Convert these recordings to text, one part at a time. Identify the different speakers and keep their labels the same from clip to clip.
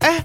Speaker 1: 哎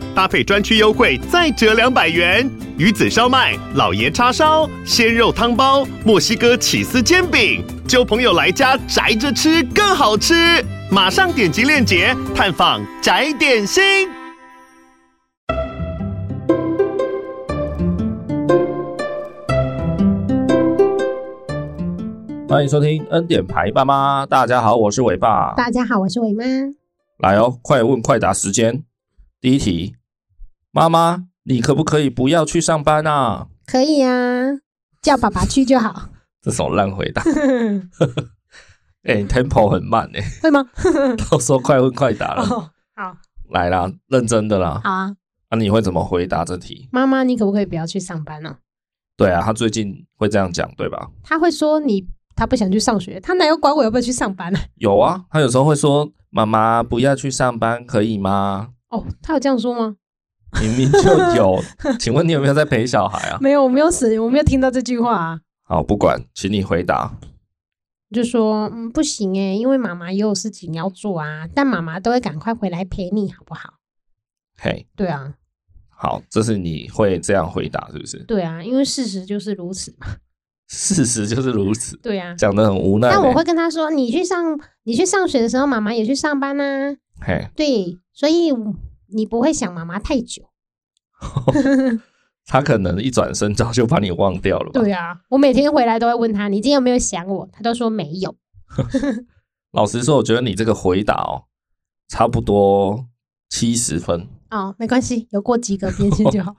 Speaker 1: 搭配专区优惠再折两百元。鱼子烧麦、老爷叉烧、鲜肉汤包、墨西哥起司煎饼，就朋友来家宅着吃更好吃。马上点击链接探访宅点心。
Speaker 2: 欢迎收听《恩典牌爸妈》，大家好，我是伟爸。
Speaker 3: 大家好，我是伟妈。
Speaker 2: 来哦，快问快答时间。第一题，妈妈，你可不可以不要去上班啊？
Speaker 3: 可以啊，叫爸爸去就 好。
Speaker 2: 这种烂回 答，哎、你 tempo 很慢哎、
Speaker 3: 会吗？
Speaker 2: 到时候快问快答了。
Speaker 3: 哦，好，
Speaker 2: 来啦，认真的啦。
Speaker 3: 好啊。
Speaker 2: 啊，你会怎么回答这题？
Speaker 3: 妈妈，你可不可以不要去上班呢、
Speaker 2: 对啊，他最近会这样讲，对吧？
Speaker 3: 他会说你，他不想去上学，他哪有管我要不要去上班呢、
Speaker 2: 有啊，他有时候会说：“妈妈，不要去上班，可以吗
Speaker 3: 哦，他有这样说吗？？”
Speaker 2: 明明就 有，请问你有没有在陪小孩啊？
Speaker 3: 没有，我没有死，我没有听到这句话啊。
Speaker 2: 好，不管，请你回答。
Speaker 3: 我就说，嗯，不行诶，因为妈妈也有事情要做啊，但妈妈都会赶快回来陪你，好不好？
Speaker 2: 嘿，
Speaker 3: 对啊，
Speaker 2: 好，这是你会这样回答，是不是？
Speaker 3: 对啊，因为事实就是如此嘛。
Speaker 2: 事实就是如此，
Speaker 3: 对啊，
Speaker 2: 讲的很欸无奈嘞。
Speaker 3: 但我会跟他说，你去上你去上学的时候，妈妈也去上班啊呐、
Speaker 2: 嘿，
Speaker 3: 对，所以你不会想妈妈太久。
Speaker 2: 他可能一转身早就把你忘掉了吧？
Speaker 3: 对啊，我每天回来都会问他，你今天有没有想我？他都说没有。
Speaker 2: 老实说，我觉得你这个回答哦，差不多七十分
Speaker 3: 哦，没关系，有过及格边线就好。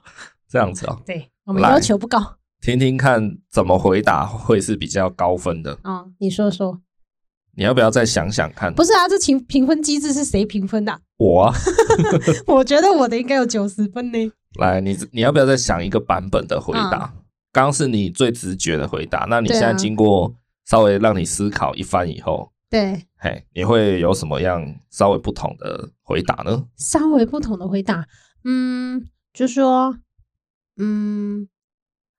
Speaker 2: 这样子哦，
Speaker 3: 对我们
Speaker 2: 来
Speaker 3: 要求不高。
Speaker 2: 听听看怎么回答会是比较高分的。
Speaker 3: 哦，你说说，
Speaker 2: 你要不要再想想看？
Speaker 3: 不是啊？这评评分机制是谁评分的啊、
Speaker 2: 我啊，
Speaker 3: 我觉得我的应该有九十分呢。
Speaker 2: 来，你你要不要再想一个版本的回答？刚刚是你最直觉的回答，那你
Speaker 3: 嗯对啊
Speaker 2: 现在经过稍微让你思考一番以后，
Speaker 3: 对，
Speaker 2: 嘿，你会有什么样稍微不同的回答呢？
Speaker 3: 稍微不同的回答，嗯，就说，嗯，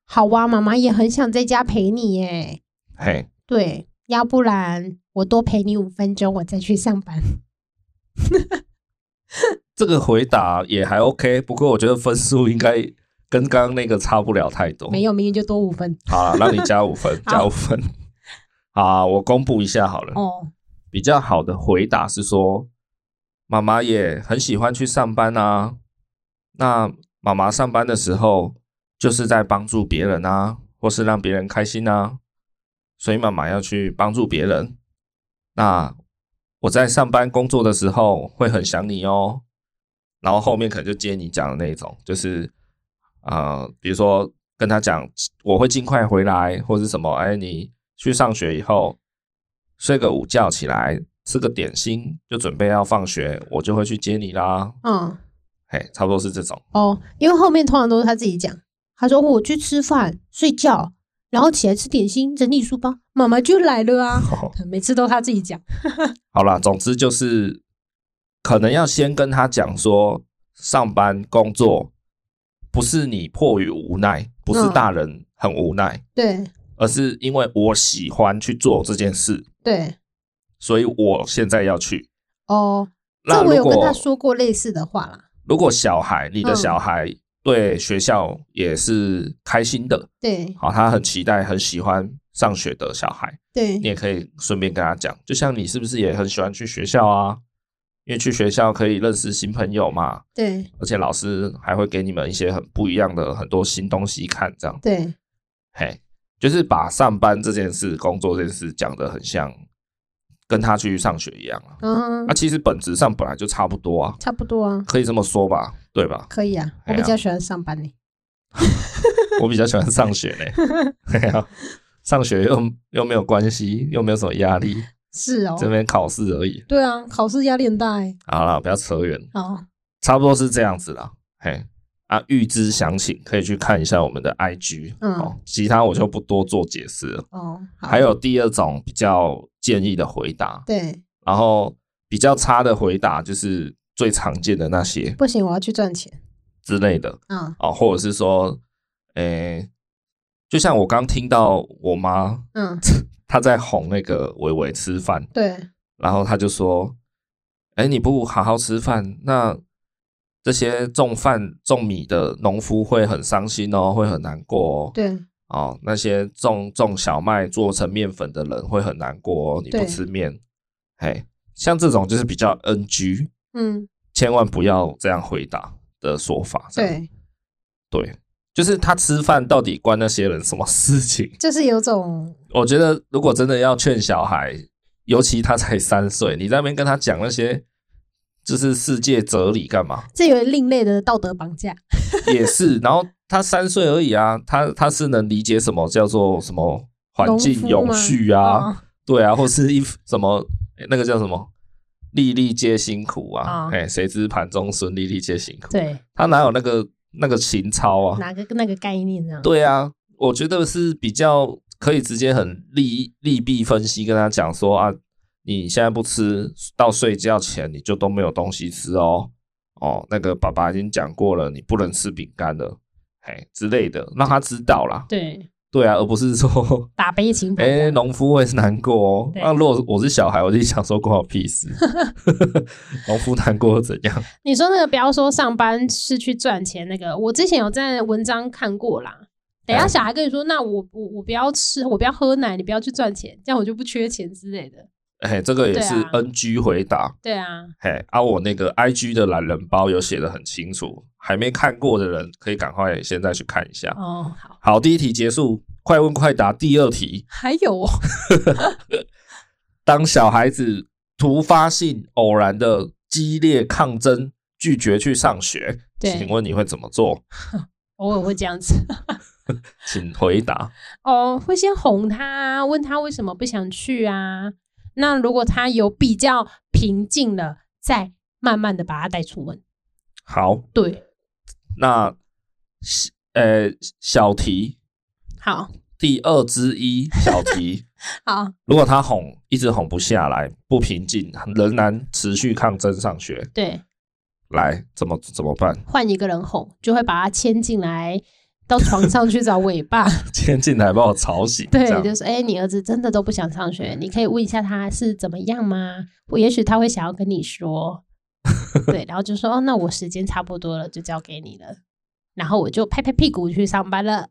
Speaker 3: 好哇、妈妈也很想在家陪你耶。
Speaker 2: 嘿，
Speaker 3: 对，要不然我多陪你五分钟，我再去上班。
Speaker 2: 这个回答也还 OK，不过我觉得分数应该跟刚刚那个差不了太多。
Speaker 3: 没有，明天就多五分。
Speaker 2: 好啦，让你加五分，
Speaker 3: 好
Speaker 2: 加五分。好，我公布一下好了。
Speaker 3: 哦，
Speaker 2: 比较好的回答是说，妈妈也很喜欢去上班啊。那妈妈上班的时候，就是在帮助别人啊，或是让别人开心啊。所以妈妈要去帮助别人。那我在上班工作的时候会很想你哦。然后后面可能就接你讲的那一种，就是呃，比如说跟他讲我会尽快回来，或是什么，哎，你去上学以后睡个午觉起来，吃个点心，就准备要放学，我就会去接你啦。
Speaker 3: 嗯，
Speaker 2: 嘿，差不多是这种。
Speaker 3: 哦，因为后面通常都是他自己讲，他说哦我去吃饭、睡觉，然后起来吃点心、整理书包，妈妈就来了啊。 每次都他自己讲。
Speaker 2: 好啦，总之就是可能要先跟他讲说，上班工作不是你迫于无奈，不是
Speaker 3: 嗯
Speaker 2: 大人很无奈，
Speaker 3: 对
Speaker 2: 而是因为我喜欢去做这件事，
Speaker 3: 对，
Speaker 2: 所以我现在要去。
Speaker 3: 哦，这
Speaker 2: 那
Speaker 3: 我
Speaker 2: 如
Speaker 3: 有
Speaker 2: 果
Speaker 3: 跟他说过类似的话啦。
Speaker 2: 如果小孩，你的
Speaker 3: 嗯
Speaker 2: 小孩对学校也是开心的，
Speaker 3: 对
Speaker 2: 好，他很期待、很喜欢上学的小孩，
Speaker 3: 对
Speaker 2: 你也可以顺便跟他讲，就像你是不是也很喜欢去学校啊？因为去学校可以认识新朋友嘛，
Speaker 3: 对
Speaker 2: 而且老师还会给你们一些很不一样的很多新东西看，这样，
Speaker 3: 对，
Speaker 2: 嘿，就是把上班这件事、工作这件事讲得很像跟他去上学一样啊。
Speaker 3: 嗯
Speaker 2: 啊，，其实本质上本来就差不多啊，
Speaker 3: 差不多啊，
Speaker 2: 可以这么说吧，对吧？
Speaker 3: 可以啊。
Speaker 2: 哎
Speaker 3: 我
Speaker 2: 呀
Speaker 3: 比较喜欢上班呢。
Speaker 2: 我比较喜欢上学嘞、 对啊，上学又又没有关系，又没有什么压力，
Speaker 3: 是哦
Speaker 2: 这边考试而已。
Speaker 3: 对啊，考试压力很大哎。
Speaker 2: 好啦，不要扯远，
Speaker 3: 哦，
Speaker 2: 差不多是这样子啦。嘿，啊，预知详情可以去看一下我们的 IG。
Speaker 3: 嗯
Speaker 2: 哦，其他我就不多做解释了。
Speaker 3: 哦，好
Speaker 2: 还有第二种比较建议的回答，
Speaker 3: 对，
Speaker 2: 然后比较差的回答就是最常见的那些
Speaker 3: 不行，我要去赚钱
Speaker 2: 之类的
Speaker 3: 啊，
Speaker 2: 哦，或者是说，诶、就像我刚听到我妈
Speaker 3: 嗯，
Speaker 2: 她在哄那个伟伟吃饭，
Speaker 3: 对，
Speaker 2: 然后她就说：“哎、你不好好吃饭，那这些种饭种米的农夫会很伤心哦，会很难过哦。”
Speaker 3: 对，
Speaker 2: 哦，那些种种小麦做成面粉的人会很难过、哦，你不
Speaker 3: 对
Speaker 2: 吃面，哎，像这种就是比较 NG，
Speaker 3: 嗯，
Speaker 2: 千万不要这样回答的说法。这样
Speaker 3: 对，
Speaker 2: 对，就是他吃饭到底关那些人什么事情？
Speaker 3: 就是有种
Speaker 2: 我觉得如果真的要劝小孩，尤其他才三岁，你在那边跟他讲那些就是世界哲理干 嘛？
Speaker 3: 这有点另类的道德绑架，
Speaker 2: 也是，然后他三岁而已啊，他他是能理解什么叫做什么环
Speaker 3: 农
Speaker 2: 境
Speaker 3: 夫
Speaker 2: 永
Speaker 3: 吗
Speaker 2: 续啊？
Speaker 3: 哦
Speaker 2: 对啊，或是一什么诶那个叫什么“粒粒皆辛苦”啊
Speaker 3: 啊，
Speaker 2: 哎、谁知盘中餐，粒粒皆辛苦。
Speaker 3: 对，
Speaker 2: 他哪有那个那个情操啊？
Speaker 3: 哪个那个概念这样，
Speaker 2: 对啊，我觉得是比较可以直接很利利弊分析，跟他讲说啊，你现在不吃，到睡觉前你就都没有东西吃哦。哦，那个爸爸已经讲过了，你不能吃饼干了，哎之类的，让他知道啦。
Speaker 3: 对，
Speaker 2: 对啊，而不是 说
Speaker 3: 打悲情牌
Speaker 2: 哎、
Speaker 3: 这样，
Speaker 2: 农夫会难过哦。
Speaker 3: 对
Speaker 2: 那、如果我是小孩，我就想说关我屁事。 农夫难过又怎样？
Speaker 3: 你说那个不要说上班是去赚钱那个，我之前有在文章看过啦。等一下
Speaker 2: 哎
Speaker 3: 小孩跟你说，那我我我不要吃，我不要喝奶，你不要去赚钱，这样我就不缺钱之类的。
Speaker 2: 哎、这个也
Speaker 3: 对
Speaker 2: 是
Speaker 3: 啊
Speaker 2: NG 回答。
Speaker 3: 对啊，
Speaker 2: 嘿、啊，我那个 IG 的懒人包有写的很清楚，还没看过的人可以赶快现在去看一下。
Speaker 3: 哦，好，
Speaker 2: 好，第一题结束，快问快答。第二题，
Speaker 3: 还有哦，
Speaker 2: 当小孩子突发性偶然的激烈抗争，拒绝去上学，
Speaker 3: 对
Speaker 2: 请问你会怎么做？
Speaker 3: 偶尔会这样子。
Speaker 2: 请回答。
Speaker 3: 哦，会先哄他啊，问他为什么不想去啊。那如果他有比较平静了，再慢慢的把他带出门。
Speaker 2: 好，
Speaker 3: 对，
Speaker 2: 那小呃小题
Speaker 3: 好，
Speaker 2: 第二之一小题，
Speaker 3: 好，
Speaker 2: 如果他哄一直哄不下来，不平静，仍然持续抗争上学，
Speaker 3: 对，
Speaker 2: 来怎么怎么办？
Speaker 3: 换一个人哄，就会把他牵进来，到床上去找尾 巴。
Speaker 2: 今天进来把我吵醒，
Speaker 3: 对
Speaker 2: 这，样
Speaker 3: 就是哎、你儿子真的都不想上学，你可以问一下他是怎么样吗？我也许他会想要跟你 说，对，然后就说哦，那我时间差不多了，就交给你了，然后我就拍拍屁股去上班了。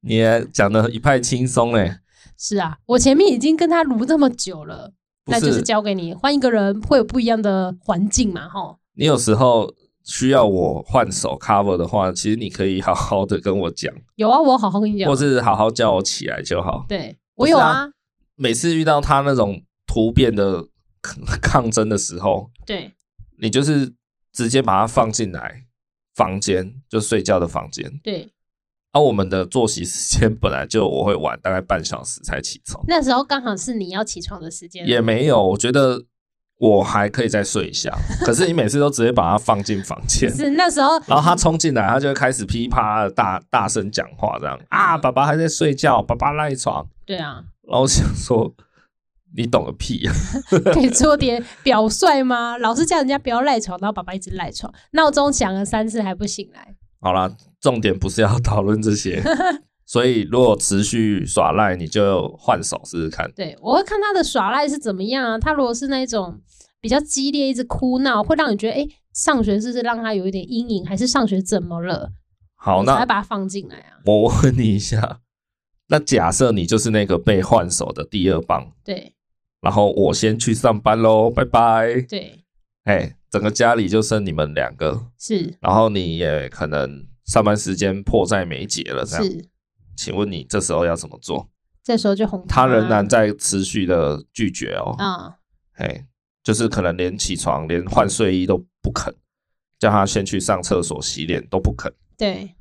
Speaker 2: 你也讲的一派轻松欸嘞，
Speaker 3: 是啊，我前面已经跟他撸那么久了，
Speaker 2: 不
Speaker 3: 那就是
Speaker 2: 是？
Speaker 3: 交给你，换一个人会有不一样的环境嘛，吼。
Speaker 2: 你有时候需要我换手 cover 的话，其实你可以好好的跟我讲，
Speaker 3: 有啊，我好好跟你讲
Speaker 2: 或，是好好叫我起来就好。
Speaker 3: 对
Speaker 2: 不
Speaker 3: 我
Speaker 2: 是
Speaker 3: 有
Speaker 2: 啊
Speaker 3: 啊，
Speaker 2: 每次遇到他那种突变的 抗抗争的时候，
Speaker 3: 对
Speaker 2: 你就是直接把它放进来房间，就睡觉的房间。
Speaker 3: 对，
Speaker 2: 而、我们的作息时间本来就我会晚大概半小时才起床，
Speaker 3: 那时候刚好是你要起床的时间，
Speaker 2: 也没有，我觉得我还可以再睡一 下。可是你每次都直接把它放进房间。
Speaker 3: 是那时候
Speaker 2: 然后他冲进来，他就会开始噼啪的大大声讲话，这样啊，爸爸还在睡觉，爸爸赖床。
Speaker 3: 对啊，
Speaker 2: 然后我想说，你懂个屁啊！
Speaker 3: 可以做点表率吗？老是叫人家不要赖床，然后爸爸一直赖床，闹钟响了三次还不醒来，
Speaker 2: 好啦，重点不是要讨论这 些，所以如果持续耍赖，你就换手试试看。
Speaker 3: 对我会看他的耍赖是怎么样啊。他如果是那种比较激烈，一直哭闹，会让你觉得哎、诶上学是不是让他有一点阴影，还是上学怎么了？
Speaker 2: 好，
Speaker 3: 我才
Speaker 2: 哦那
Speaker 3: 会把他放进来啊。
Speaker 2: 我问你一下，那假设你就是那个被换手的第二棒，
Speaker 3: 对
Speaker 2: 然后我先去上班喽，拜拜。
Speaker 3: 对，
Speaker 2: 哎，整个家里就剩你们两个，
Speaker 3: 是
Speaker 2: 然后你也可能上班时间迫在眉睫了，嗯这样。
Speaker 3: 是，
Speaker 2: 请问你这时候要怎么做？
Speaker 3: 这时候就啊哄
Speaker 2: 他仍然
Speaker 3: 在
Speaker 2: 在持续的拒绝哦。
Speaker 3: 啊、
Speaker 2: 哎，就是可能连起床、连换睡衣都不肯，叫他先去上厕所、洗脸都不肯，
Speaker 3: 对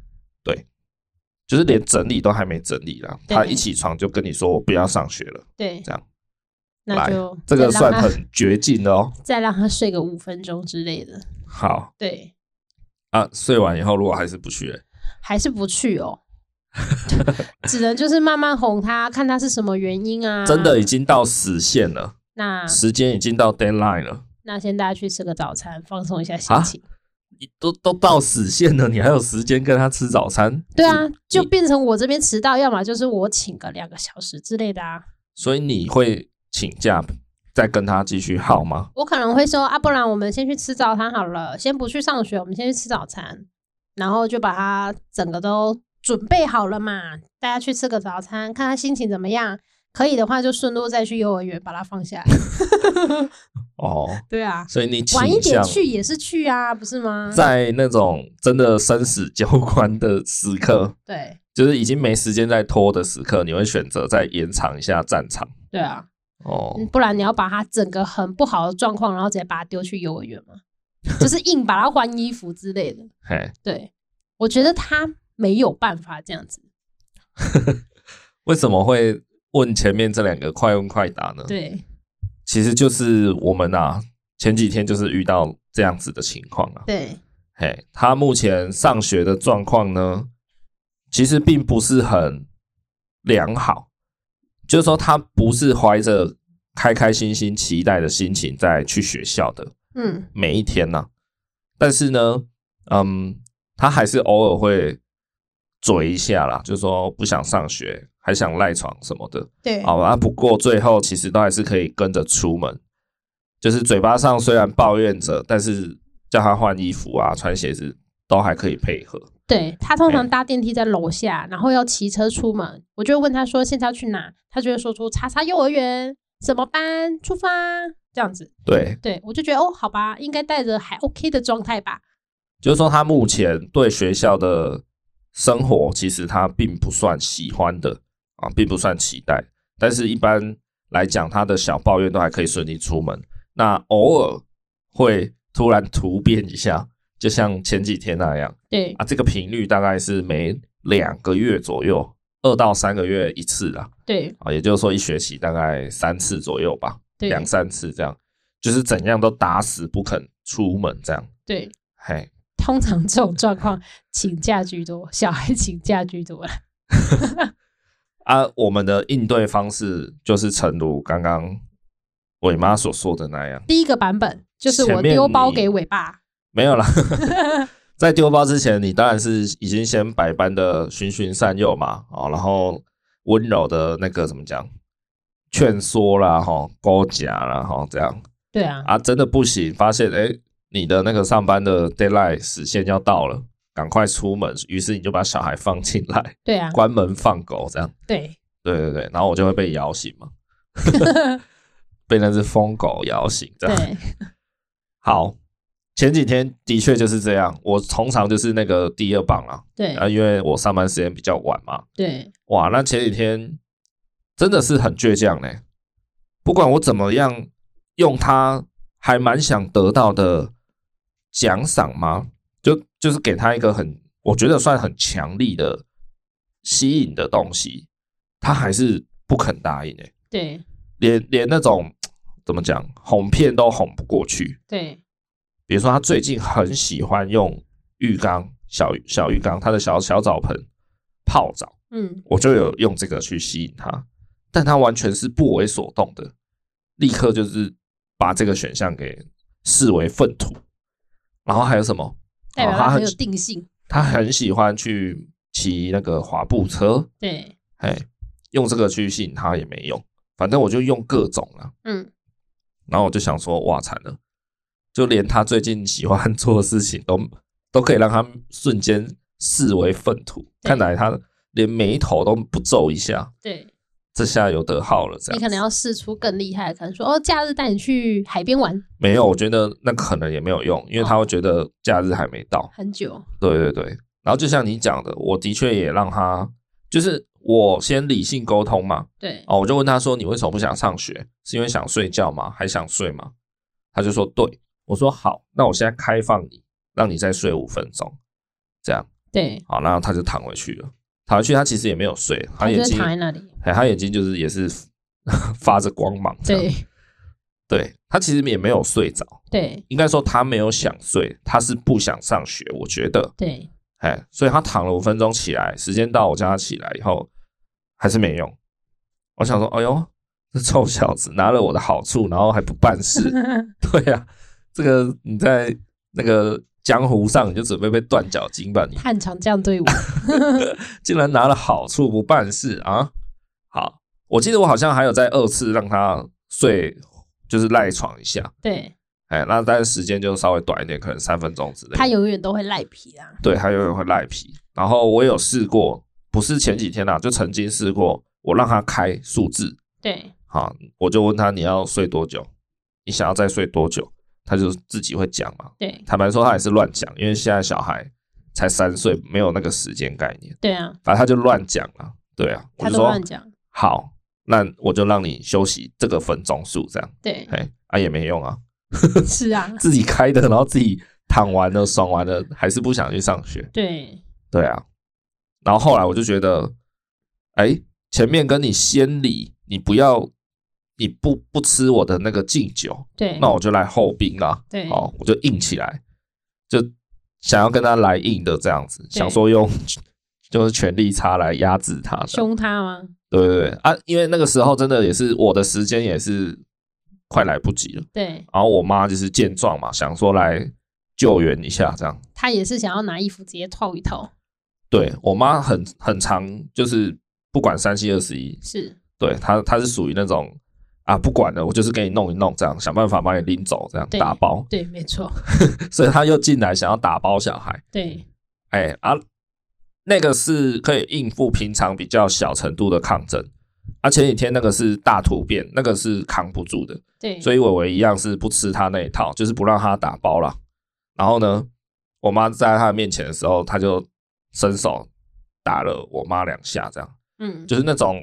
Speaker 2: 就是连整理都还没整理啦。
Speaker 3: 对
Speaker 2: 他一起床就跟你说我不要上学了，
Speaker 3: 对，
Speaker 2: 这样
Speaker 3: 那
Speaker 2: 来
Speaker 3: 就
Speaker 2: 这个
Speaker 3: 再让
Speaker 2: 算
Speaker 3: 他
Speaker 2: 很绝境的哦。
Speaker 3: 再让他睡个五分钟之类的，
Speaker 2: 好，
Speaker 3: 对
Speaker 2: 啊，睡完以后如果还是不去、欸，
Speaker 3: 还是不 去哦。只能就是慢慢哄他，看他是什么原因啊。
Speaker 2: 真的已经到死线了，
Speaker 3: 那
Speaker 2: 时间已经到 deadline 了，
Speaker 3: 那先大家去吃个早餐，放松一下心
Speaker 2: 啊
Speaker 3: 情。
Speaker 2: 你都都到死线了，你还有时间跟他吃早餐？
Speaker 3: 对啊，就
Speaker 2: 你
Speaker 3: 变成我这边迟到，要么就是我请个两个小时之类的啊。
Speaker 2: 所以你会请假再跟他继续耗吗？
Speaker 3: 我可能会说啊，不然我们先去吃早餐好了，先不去上学，我们先去吃早餐，然后就把它整个都准备好了嘛，大家去吃个早餐，看他心情怎么样。可以的话，就顺路再去幼儿园把他放下来。
Speaker 2: 哦，
Speaker 3: 对啊，
Speaker 2: 所以你倾
Speaker 3: 晚一点
Speaker 2: 向
Speaker 3: 去也是去啊，不是吗？
Speaker 2: 在那种真的生死交关的时刻，
Speaker 3: 对
Speaker 2: 就是已经没时间再拖的时刻，你会选择再延长一下战场。
Speaker 3: 对啊，
Speaker 2: 哦，
Speaker 3: 嗯不然你要把他整个很不好的状况，然后直接把他丢去幼儿园嘛，就是硬把他换衣服之类的。
Speaker 2: 嘿，
Speaker 3: 对，我觉得他没有办法这样子。
Speaker 2: 为什么会问前面这两个快问快答呢？，
Speaker 3: 对，
Speaker 2: 其实就是我们啊，前几天就是遇到这样子的情况啊。
Speaker 3: 对，
Speaker 2: 嘿，他目前上学的状况呢，其实并不是很良好，就是说他不是怀着开开心心、期待的心情在去学校的
Speaker 3: 嗯，
Speaker 2: 每一天呐、但是呢，嗯，他还是偶尔会嘴一下啦，就说不想上学，还想赖床什么的。
Speaker 3: 对，
Speaker 2: 好吧，不过最后其实都还是可以跟着出门，就是嘴巴上虽然抱怨着，但是叫他换衣服啊、穿鞋子都还可以配合。
Speaker 3: 对他通常
Speaker 2: 哎
Speaker 3: 搭电梯在楼下，然后要骑车出门，我就会问他说现在要去哪，他就会说出“叉叉幼儿园什么班出发”这样子。
Speaker 2: 对，
Speaker 3: 对我就觉得哦，好吧，应该带着还 OK 的状态吧。
Speaker 2: 就是说他目前对学校的生活，其实他并不算喜欢的啊，并不算期待。但是一般来讲，他的小抱怨都还可以顺利出门。那偶尔会突然突变一下，就像前几天那样。
Speaker 3: 对
Speaker 2: 啊，这个频率大概是每两个月左右，二到三个月一次啦。
Speaker 3: 对
Speaker 2: 啊，也就是说一学期大概三次左右吧，
Speaker 3: 对
Speaker 2: 两三次这样，就是怎样都打死不肯出门这样。
Speaker 3: 对，
Speaker 2: 嘿，
Speaker 3: 通常这种状况请假居多，小孩请假居多啦。
Speaker 2: 啊，我们的应对方式就是诚如刚刚伟妈所说的那样，
Speaker 3: 第一个版本就是我
Speaker 2: 前面
Speaker 3: 丢包
Speaker 2: 你
Speaker 3: 给尾巴，
Speaker 2: 没有啦。 在丢包之前，你当然是已经先百般的循循善诱嘛，哦，然后温柔的那个怎么讲，劝说啦，哈、勾夹啦，哈、这样。
Speaker 3: 对啊，
Speaker 2: 啊，真的不行，发现哎，诶你的那个上班的 deadline 时限要到了，赶快出门。于是你就把小孩放进 来，
Speaker 3: 对啊，
Speaker 2: 关门放狗这样。
Speaker 3: 对，
Speaker 2: 对对对，然后我就会被摇醒嘛， 被那只疯狗摇醒这样。
Speaker 3: 对，
Speaker 2: 好，前几天的确就是这样，我通常就是那个第二榜啦，啊，
Speaker 3: 对，
Speaker 2: 因为我上班时间比较晚嘛。
Speaker 3: 对，
Speaker 2: 哇，那前几天真的是很倔强嘞，不管我怎么样用他还蛮想得到的奖赏吗？就就是给他一个很我觉得算很强力的吸引的东西，他还是不肯答应诶，
Speaker 3: 对，
Speaker 2: 连连那种怎么讲哄骗都哄不过去。
Speaker 3: 对，
Speaker 2: 比如说他最近很喜欢用浴缸小小浴缸，他的小小澡盆泡澡。
Speaker 3: 嗯，
Speaker 2: 我就有用这个去吸引他，但他完全是不为所动的，立刻就是把这个选项给视为粪土。然后还有什么？
Speaker 3: 代表
Speaker 2: 哦他
Speaker 3: 他很
Speaker 2: 很
Speaker 3: 有定性。
Speaker 2: 他很喜欢去骑那个滑步车，
Speaker 3: 对，
Speaker 2: 哎，用这个去吸引他也没用，反正我就用各种了、
Speaker 3: 嗯，
Speaker 2: 然后我就想说，哇，惨了，就连他最近喜欢 做的事情都都可以让他瞬间视为粪土。
Speaker 3: 对
Speaker 2: 看来他连眉头都不皱一下，
Speaker 3: 对，
Speaker 2: 这下有得耗了。这样
Speaker 3: 你可能要试出更厉害，可能说哦，假日带你去海边玩
Speaker 2: 没有，我觉得那可能也没有用，因为他会觉得假日还没到。
Speaker 3: 很久。
Speaker 2: 对对对，然后就像你讲的，我的确也让他，就是我先理性沟通嘛。
Speaker 3: 对，
Speaker 2: 哦，我就问他说：“你为什么不想上学？是因为想睡觉吗？还想睡吗？”他就说：“对。”我说：“好，那我现在开放你，让你再睡五分钟。”这样
Speaker 3: 对，
Speaker 2: 好，然后他就躺回去了。躺回去，他其实也没有睡，他
Speaker 3: 他就
Speaker 2: 眼
Speaker 3: 是
Speaker 2: 睛，
Speaker 3: 躺在那里。
Speaker 2: 哎，他眼睛就是也是发着光芒。
Speaker 3: 对，
Speaker 2: 对他其实也没有睡着，
Speaker 3: 对
Speaker 2: 应该说他没有想睡，他是不想上学，我觉得，
Speaker 3: 对，
Speaker 2: 哎，所以他躺了五分钟起来，时间到我叫他起来以后还是没用，我想说，哎呦，这臭小子拿了我的好处，然后还不办事，对呀、啊，这个你在那个江湖上你就准备被断脚筋吧，你
Speaker 3: 汉长这 样对我，
Speaker 2: 竟然拿了好处不办事啊！好，我记得我好像还有再二次让他睡，就是赖床一下。
Speaker 3: 对
Speaker 2: 哎，那但是时间就稍微短一点，可能三分钟之类的。
Speaker 3: 他永远都会赖皮啊。
Speaker 2: 对他有人会赖皮，然后我有试过，不是前几天啦、就曾经试过，我让他开数字，
Speaker 3: 对
Speaker 2: 好，我就问他你要睡多久，你想要再睡多久，他就自己会讲嘛。
Speaker 3: 对
Speaker 2: 坦白说，他也是乱讲，因为现在小孩才三岁，没有那个时间概念。
Speaker 3: 对啊，
Speaker 2: 反正他就乱讲了。对啊，我
Speaker 3: 他
Speaker 2: 就
Speaker 3: 都
Speaker 2: 说
Speaker 3: 乱讲。
Speaker 2: 好，那我就让你休息这个分钟数这样，
Speaker 3: 对，
Speaker 2: 哎，啊也没用啊，
Speaker 3: 是啊，
Speaker 2: 自己开的，然后自己躺完了、爽完了，还是不想去上学，
Speaker 3: 对
Speaker 2: 对啊。然后后来我就觉得，哎，前面跟你先理，你不要，你不不吃我的那个敬酒，
Speaker 3: 对
Speaker 2: 那我就来后兵啦，
Speaker 3: 对
Speaker 2: 哦，我就硬起来，就想要跟他来硬的这样子，
Speaker 3: 对
Speaker 2: 想说用 就是权力差来压制他，这样
Speaker 3: 凶他吗？
Speaker 2: 对对对啊，因为那个时候真的也是我的时间也是快来不及了，
Speaker 3: 对
Speaker 2: 然后我妈就是见状嘛，想说来救援一下这样。
Speaker 3: 他也是想要拿衣服直接套一套，
Speaker 2: 对
Speaker 3: 嗯
Speaker 2: 我妈很很长，就是不管三七二十一，
Speaker 3: 是
Speaker 2: 对她她是属于那种啊不管了，我就是给你弄一弄这样，想办法把你拎走这样
Speaker 3: 对
Speaker 2: 打包，
Speaker 3: 对，没错，
Speaker 2: 所以她又进来想要打包小孩，
Speaker 3: 对
Speaker 2: 哎啊，那个是可以应付平常比较小程度的抗争，啊前几天那个是大突变，那个是扛不住的。
Speaker 3: 对，
Speaker 2: 所以伟伟一样是不吃他那一套，就是不让他打包啦。然后呢，我妈在他面前的时候，他就伸手打了我妈两下，这样
Speaker 3: 嗯，
Speaker 2: 就是那种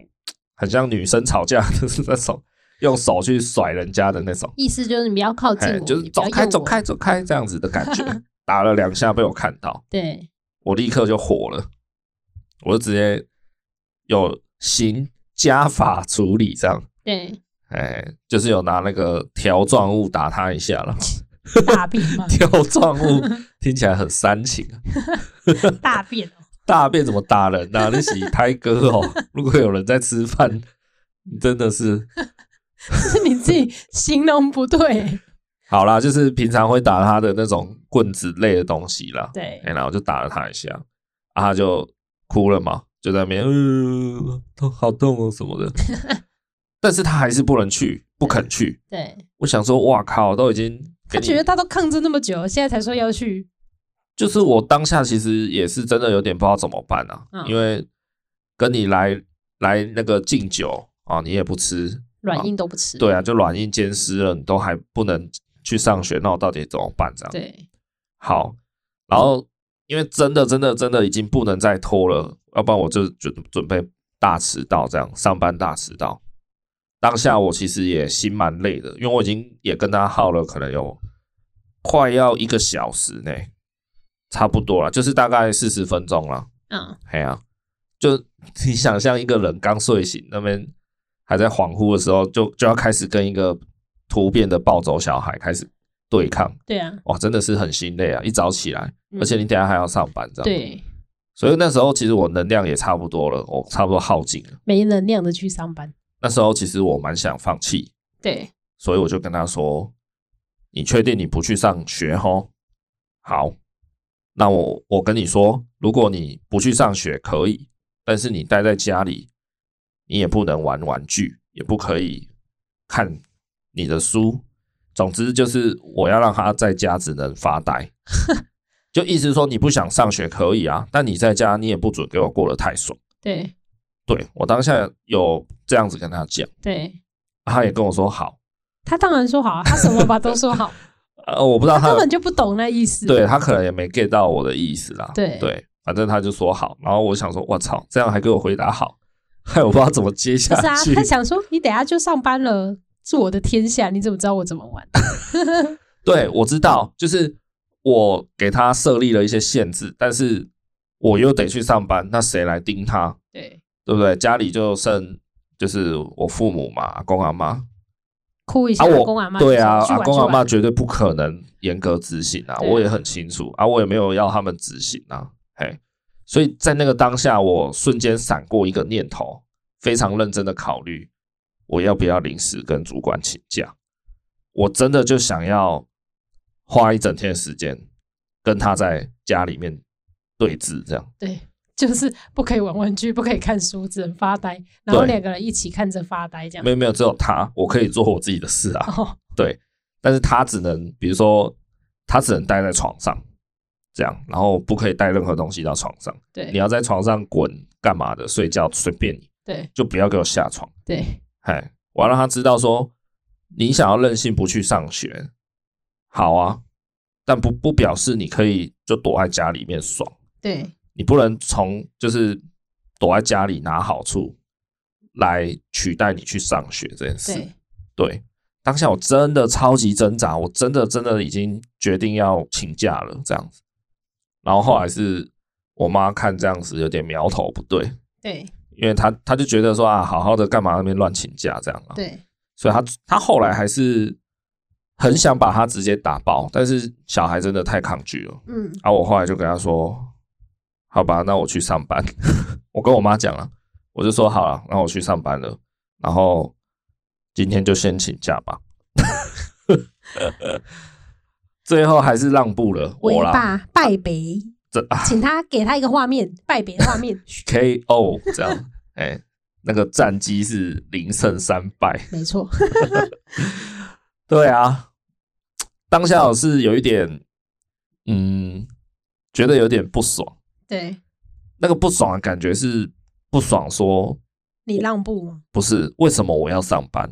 Speaker 2: 很像女生吵架，就是那种用手去甩人家的那种，
Speaker 3: 意思就是你不要靠近
Speaker 2: 哎
Speaker 3: 我，，
Speaker 2: 就是
Speaker 3: 你不
Speaker 2: 走
Speaker 3: 要
Speaker 2: 开
Speaker 3: 用
Speaker 2: 走
Speaker 3: 我，
Speaker 2: 开走开这样子的感觉。 打了两下被我看到，
Speaker 3: 对
Speaker 2: 我立刻就火了，我就直接有刑加法处理这样。
Speaker 3: 对，
Speaker 2: 哎，就是有拿那个条状物打他一下了，？
Speaker 3: 大便吗
Speaker 2: 条状物听起来很煽情啊，
Speaker 3: 大便哦，
Speaker 2: 大便怎么打人呐、啊？那是胎哥哦。如果有人在吃饭，你真的是
Speaker 3: 是 你自己形容不对，
Speaker 2: 好啦，就是平常会打他的那种棍子类的东西啦。
Speaker 3: 对
Speaker 2: 哎，然后就打了他一下，啊，他就哭了嘛，就在那边，嗯、痛，好痛哦什么 的。但是他还是不能去，不肯去。
Speaker 3: 对，
Speaker 2: 我想说，哇靠，都已经给
Speaker 3: 他
Speaker 2: 你
Speaker 3: 觉得他都抗争那么久，现在才说要去，
Speaker 2: 就是我当下其实也是真的有点不知道怎么办啊，
Speaker 3: 嗯
Speaker 2: 因为跟你来来那个敬酒啊，你也不吃，
Speaker 3: 软硬都不吃，
Speaker 2: 对啊，就软硬兼施了，你都还不能去上学，那我到底怎么办？这样
Speaker 3: 对
Speaker 2: 好，然后因为真的真的真的已经不能再拖了，要不然我就准准备大迟到，这样上班大迟到。当下我其实也心蛮累的，因为我已经也跟他耗了可能有快要一个小时呢，差不多了，就是大概四十分钟了。
Speaker 3: 嗯，
Speaker 2: 哎呀、就你想象一个人刚睡醒，那边还在恍惚的时候，就就要开始跟一个突变的暴走小孩开始对抗。
Speaker 3: 对啊，
Speaker 2: 哇，真的是很心累啊！一早起来，
Speaker 3: 嗯
Speaker 2: 而且你等一下还要上班，这样。。
Speaker 3: 对，
Speaker 2: 所以那时候其实我能量也差不多了，我差不多耗尽了。
Speaker 3: 没能量的去上班，
Speaker 2: 那时候其实我蛮想放弃，
Speaker 3: 对
Speaker 2: 所以我就跟他说：“你确定你不去上学吼？好，那我我跟你说，如果你不去上学可以，但是你待在家里，你也不能玩玩具，也不可以看你的书。总之就是我要让他在家只能发 呆。就意思说你不想上学可以啊，但你在家你也不准给我过得太爽。
Speaker 3: 对
Speaker 2: 对我当下有这样子跟他讲，
Speaker 3: 对，
Speaker 2: 他也跟我说好。”
Speaker 3: 他当然说好啊，他什么吧都说好，
Speaker 2: 呃，我不知道 他
Speaker 3: 他
Speaker 2: 有
Speaker 3: 根本就不懂那意思，
Speaker 2: 对他可能也没 get 到我的意思啦。
Speaker 3: 对
Speaker 2: 反正他就说好，然后我想说，我操，这样还给我回答好，害我不知道怎么接
Speaker 3: 不
Speaker 2: 下
Speaker 3: 是啊
Speaker 2: 去。，
Speaker 3: 他想说你等下就上班了，是我的天下，你怎么知道我怎么玩？
Speaker 2: 对，我知道，就是我给他设立了一些限制，但是我又得去上班，那谁来盯他？
Speaker 3: 对
Speaker 2: 对不对？家里就剩就是我父母嘛，阿公阿妈，
Speaker 3: 哭一下，
Speaker 2: 啊
Speaker 3: 阿
Speaker 2: 我，
Speaker 3: 公阿妈
Speaker 2: 对啊，
Speaker 3: 去
Speaker 2: 阿
Speaker 3: 玩
Speaker 2: 公
Speaker 3: 去
Speaker 2: 阿
Speaker 3: 玩
Speaker 2: 妈绝对不可能严格执行啊，
Speaker 3: 对啊
Speaker 2: 我也很清楚啊，我也没有要他们执行啊，嘿，所以在那个当下，我瞬间闪过一个念头，非常认真的考虑，我要不要临时跟主管请假？我真的就想要花一整天的时间跟他在家里面对峙，这样
Speaker 3: 对， 就是不可以玩玩具，不可以看书，只能发呆，然后
Speaker 2: 对
Speaker 3: 两个人一起看着发呆这样
Speaker 2: 没。有没有，只有他，我可以做我自己的事啊，
Speaker 3: 哦，
Speaker 2: 对，但是他只能，比如说，他只能待在床上，这样，然后不可以带任何东西到床上。你
Speaker 3: 对
Speaker 2: 要在床上滚干嘛的，睡觉随便你，
Speaker 3: 对
Speaker 2: 就不要给我下床。
Speaker 3: 对
Speaker 2: 哎，我要让他知道说，你想要任性不去上学，好啊，但不不表示你可以就躲在家里面爽，
Speaker 3: 对
Speaker 2: 你不能从就是躲在家里拿好处来取代你去上学这件事。
Speaker 3: 对，
Speaker 2: 对，当下我真的超级挣扎，我真的真的已经决定要请假了这样子。然后后来是我妈看这样子有点苗头不对，
Speaker 3: 对
Speaker 2: 因为她她就觉得说啊，好好的干嘛那边乱请假这样啊，
Speaker 3: 对
Speaker 2: 所以她她后来还是很想把她直接打爆，但是小孩真的太抗拒了。
Speaker 3: 嗯
Speaker 2: 啊，我后来就跟她说，好吧，那我去上班。 我跟我妈讲了，我就说好了，那我去上班了，然后今天就先请假吧。 最后还是让步了，
Speaker 3: 为
Speaker 2: 我啦，
Speaker 3: 爸拜北，
Speaker 2: 这啊
Speaker 3: 请他给他一个画面，拜北的画 面。
Speaker 2: KO 这样，哎、那个战绩是零胜三败。
Speaker 3: 没错，
Speaker 2: 对啊，当下我是有一点，嗯，觉得有点不爽。
Speaker 3: 对
Speaker 2: 那个不爽的感觉是不爽说
Speaker 3: 你让步 吗？
Speaker 2: 不是为什么我要上班，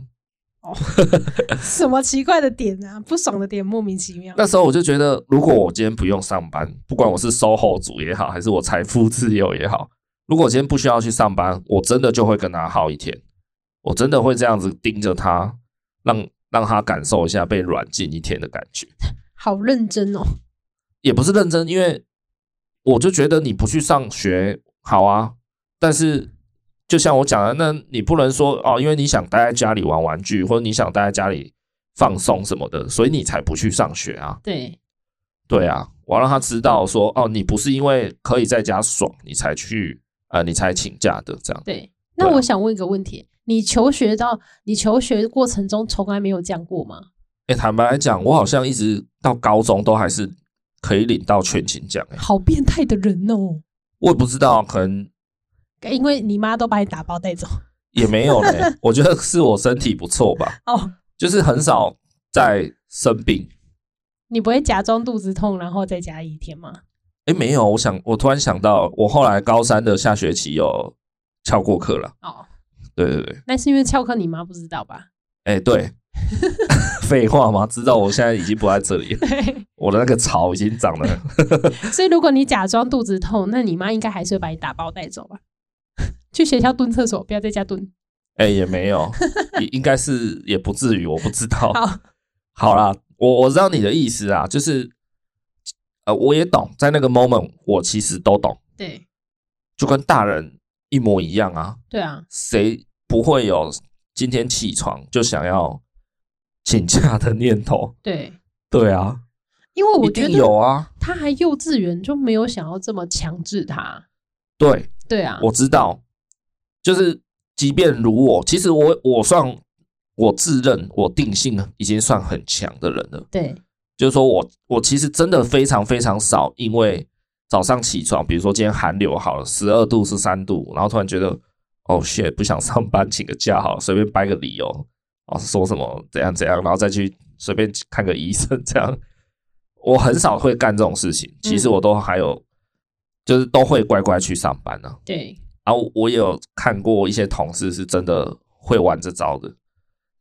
Speaker 3: 什么奇怪的点啊？不爽的点莫名其妙。
Speaker 2: 那时候我就觉得，如果我今天不用上班，不管我是 SOHO 族也好，还是我财富自由也好，如果我今天不需要去上班，我真的就会跟他耗一天，我真的会这样子盯着他，让让他感受一下被软禁一天的感觉。
Speaker 3: 好认真哦，
Speaker 2: 也不是认真，因为我就觉得你不去上学好啊，但是就像我讲的，那你不能说哦，因为你想待在家里玩玩具，或者你想待在家里放松什么的，所以你才不去上学啊。
Speaker 3: 对
Speaker 2: 对啊，我要让他知道说，哦，你不是因为可以在家爽，你才去，呃，你才请假的这样。
Speaker 3: 对。那
Speaker 2: 对啊
Speaker 3: 我想问一个问题：你求学到你求学过程中从来没有这样过吗？
Speaker 2: 哎、坦白来讲，我好像一直到高中都还是可以领到全勤奖、诶
Speaker 3: 好变态的人哦！
Speaker 2: 我也不知道，可能
Speaker 3: 因为你妈都把你打包带走
Speaker 2: 也没有嘞。我觉得是我身体不错吧，
Speaker 3: 哦，
Speaker 2: 就是很少在生病。
Speaker 3: 你不会假装肚子痛然后再加一天吗？
Speaker 2: 哎、没有，我想，我突然想到，我后来高三的下学期有翘过课了。
Speaker 3: 哦，
Speaker 2: 对对对，
Speaker 3: 那是因为翘课，你妈不知道吧？
Speaker 2: 哎、对， 废话嘛，知道我现在已经不在这里了，
Speaker 3: 对，
Speaker 2: 我的那个草已经长 了。
Speaker 3: 所以如果你假装肚子痛，那你妈应该还是会把你打包带走吧？ 去学校蹲厕所，不要在家蹲。
Speaker 2: 哎、也没有，也应该是也不至于，我不知道。
Speaker 3: 好，
Speaker 2: 好啦，我我知道你的意思啊，就是，呃，我也懂，在那个 moment，我其实都懂，
Speaker 3: 对
Speaker 2: 就跟大人一模一样啊。
Speaker 3: 对啊，
Speaker 2: 谁不会有今天起床就想要请假的念头？
Speaker 3: 对，
Speaker 2: 对啊，
Speaker 3: 因为我
Speaker 2: 一
Speaker 3: 觉
Speaker 2: 定
Speaker 3: 得
Speaker 2: 有啊。
Speaker 3: 他还幼稚园就没有想要这么强制他。
Speaker 2: 对，
Speaker 3: 对啊，
Speaker 2: 我知道，就是即便如我，其实我我算我自认我定性已经算很强的人了。
Speaker 3: 对
Speaker 2: 就是说我我其实真的非常非常少，因为早上起床，比如说今天寒流好了，十二度是三度，然后突然觉得哦 shit 不想上班，请个假好了，随便掰个理由，哦说什么怎样怎样，然后再去随便看个医生这样。我很少会干这种事情，其实我都还有，就是都会乖乖去上班呢、啊。
Speaker 3: 对
Speaker 2: 然后我也有看过一些同事是真的会玩这招的，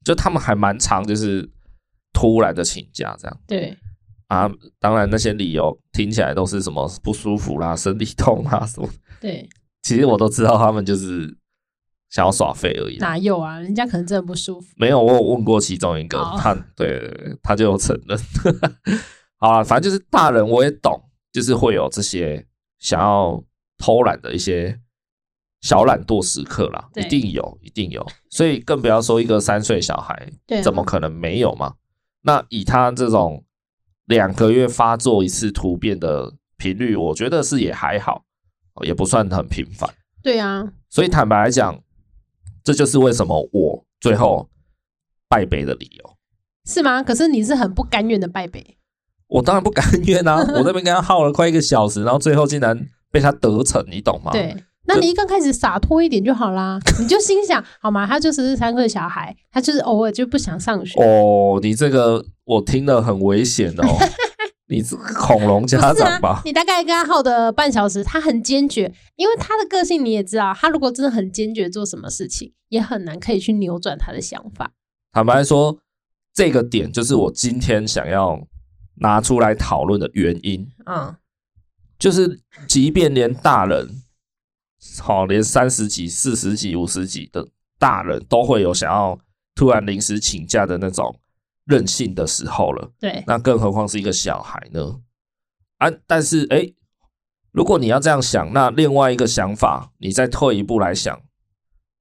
Speaker 2: 就他们还蛮常就是突然的请假这样。
Speaker 3: 对
Speaker 2: 啊，
Speaker 3: 嗯
Speaker 2: 当然那些理由听起来都是什么不舒服啦、生理痛啦 什么，
Speaker 3: 对，
Speaker 2: 其实我都知道他们就是想要耍废而已啦。
Speaker 3: 哪有啊？人家可能真的不舒服。
Speaker 2: 没有，我有问过其中一个，
Speaker 3: 哦
Speaker 2: 他对对对他就有承认。 好啦，反正就是大人我也懂，就是会有这些想要偷懒的一些小懒惰时刻啦，一
Speaker 3: 对
Speaker 2: 定有，一定有。所以更不要说一个三岁小孩，
Speaker 3: 对啊
Speaker 2: 怎么可能没有嘛？那以他这种两个月发作一次突变的频率，我觉得是也还好，哦也不算很频繁。
Speaker 3: 对啊，
Speaker 2: 所以坦白来讲，这就是为什么我最后败北的理由。
Speaker 3: 是吗？可是你是很不甘愿的败北，
Speaker 2: 我当然不甘愿 啊！我那边跟他耗了快一个小时，然后最后竟然被他得逞，你懂吗？，
Speaker 3: 对。那你一刚开始洒脱一点就好啦， 你就心想，好嘛，他就是三岁小孩，他就是偶尔就不想上学，
Speaker 2: 哦，你这个我听了很危险 哦，你这个恐龙家
Speaker 3: 不是
Speaker 2: 长
Speaker 3: 啊
Speaker 2: 吧？？
Speaker 3: 你大概跟他耗的半小时，他很坚决，因为他的个性你也知道，他如果真的很坚决做什么事情，也很难可以去扭转他的想法。
Speaker 2: 坦白说，这个点就是我今天想要拿出来讨论的原因，
Speaker 3: 嗯，
Speaker 2: 就是即便连大人，好、连三十几、四十几、五十几的大人都会有想要突然临时请假的那种任性的时候了。
Speaker 3: 对，
Speaker 2: 那更何况是一个小孩呢？啊，但是诶，如果你要这样想，那另外一个想法，你再退一步来想，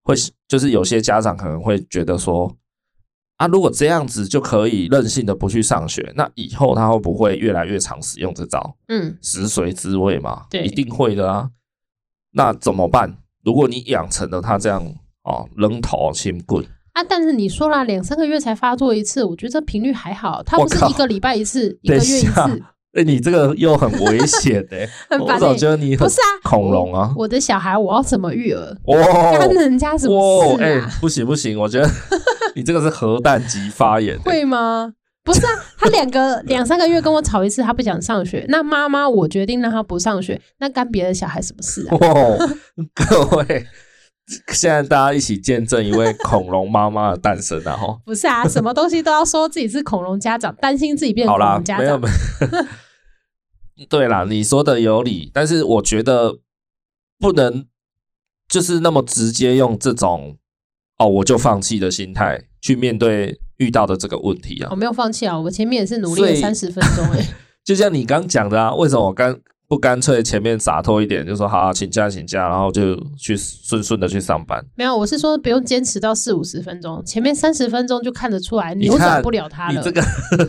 Speaker 2: 会是就是有些家长可能会觉得说，啊，如果这样子就可以任性的不去上学，那以后他会不会越来越常使用这招？
Speaker 3: 嗯，
Speaker 2: 食髓知味嘛，
Speaker 3: 对
Speaker 2: 一定会的啊。那怎么办？如果你养成了他这样哦，扔头轻棍，
Speaker 3: 啊，但是你说啦，两三个月才发作一次，我觉得这频率还好，他
Speaker 2: 我
Speaker 3: 不是
Speaker 2: 靠
Speaker 3: 一个礼拜一次，一个
Speaker 2: 等一
Speaker 3: 月一
Speaker 2: 下
Speaker 3: 次，，
Speaker 2: 哎、你这个又很危 险哎、
Speaker 3: 很
Speaker 2: 我
Speaker 3: 烦
Speaker 2: 总
Speaker 3: 欸
Speaker 2: 觉得你
Speaker 3: 不
Speaker 2: 很
Speaker 3: 是啊，
Speaker 2: 恐龙啊，
Speaker 3: 我的小孩我要怎么育儿？
Speaker 2: 哇
Speaker 3: 干人家什么
Speaker 2: 哇，
Speaker 3: 事
Speaker 2: 哎、
Speaker 3: 啊？
Speaker 2: 不行不行，我觉 得你这个是核弹级发言、欸，
Speaker 3: 会吗？不是啊，他两个两三个月跟我吵一次，他不想上学。那妈妈，我决定让他不上学，那干别的小孩什么事
Speaker 2: 哦
Speaker 3: 啊？
Speaker 2: 哇，各位。现在大家一起见证一位恐龙妈妈的诞生、啊，然 后
Speaker 3: 不是啊，什么东西都要说自己是恐龙家长，担心自己变
Speaker 2: 好
Speaker 3: 恐
Speaker 2: 啦
Speaker 3: 龙，家
Speaker 2: 没有
Speaker 3: 长
Speaker 2: 没。有 对啦，你说的有理，但是我觉得不能就是那么直接用这种哦我就放弃的心态去面对遇到的这个问题啊
Speaker 3: 我。没有放弃啊，我前面也是努力了
Speaker 2: 所以
Speaker 3: 三十分钟哎、
Speaker 2: 就像你刚讲的啊，为什么我干不干脆前面洒脱一点，就说好、啊、请假请假，然后就去顺顺的去上班？
Speaker 3: 没有，我是说不用坚持到四五十分钟，前面三十分钟就看得出来
Speaker 2: 你
Speaker 3: 扭转
Speaker 2: 看
Speaker 3: 不了他
Speaker 2: 你
Speaker 3: 了。
Speaker 2: 这个，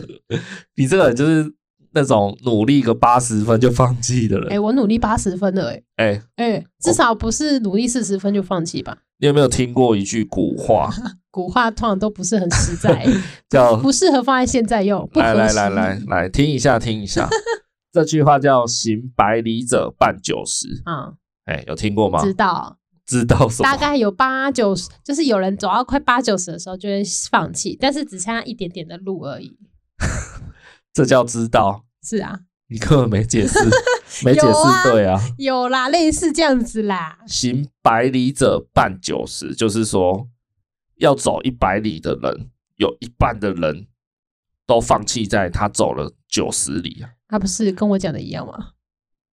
Speaker 2: 你这个人就是那种努力个八十分就放弃的
Speaker 3: 哎、
Speaker 2: 人。
Speaker 3: 我努力八十分了哎、
Speaker 2: 哎、
Speaker 3: 哎、至少不是努力四十分就放弃吧。
Speaker 2: 你有没有听过一句古 话，
Speaker 3: 古话通常都不是很实在、哎
Speaker 2: 叫
Speaker 3: 不适合放在现在用。不合
Speaker 2: 来来
Speaker 3: 时
Speaker 2: 来
Speaker 3: 宜
Speaker 2: 来来听一下听一 下？这句话叫“行百里者半九十
Speaker 3: 啊、”，
Speaker 2: 哎，有听过吗？
Speaker 3: 知道，
Speaker 2: 知道什
Speaker 3: 大
Speaker 2: 么？
Speaker 3: 概有八九十，就是有人走到快八九十的时候就会放弃，但是只剩下一点点的路而已。
Speaker 2: 这叫知道，
Speaker 3: 是啊，
Speaker 2: 你根本没解 释，没解
Speaker 3: 有啊
Speaker 2: 释对啊。
Speaker 3: 有啦，类似这样子啦。
Speaker 2: 行百里者半九十，就是说要走一百里的人，有一半的人都放弃在他走了九十里啊，
Speaker 3: 他不是跟我讲的一样吗？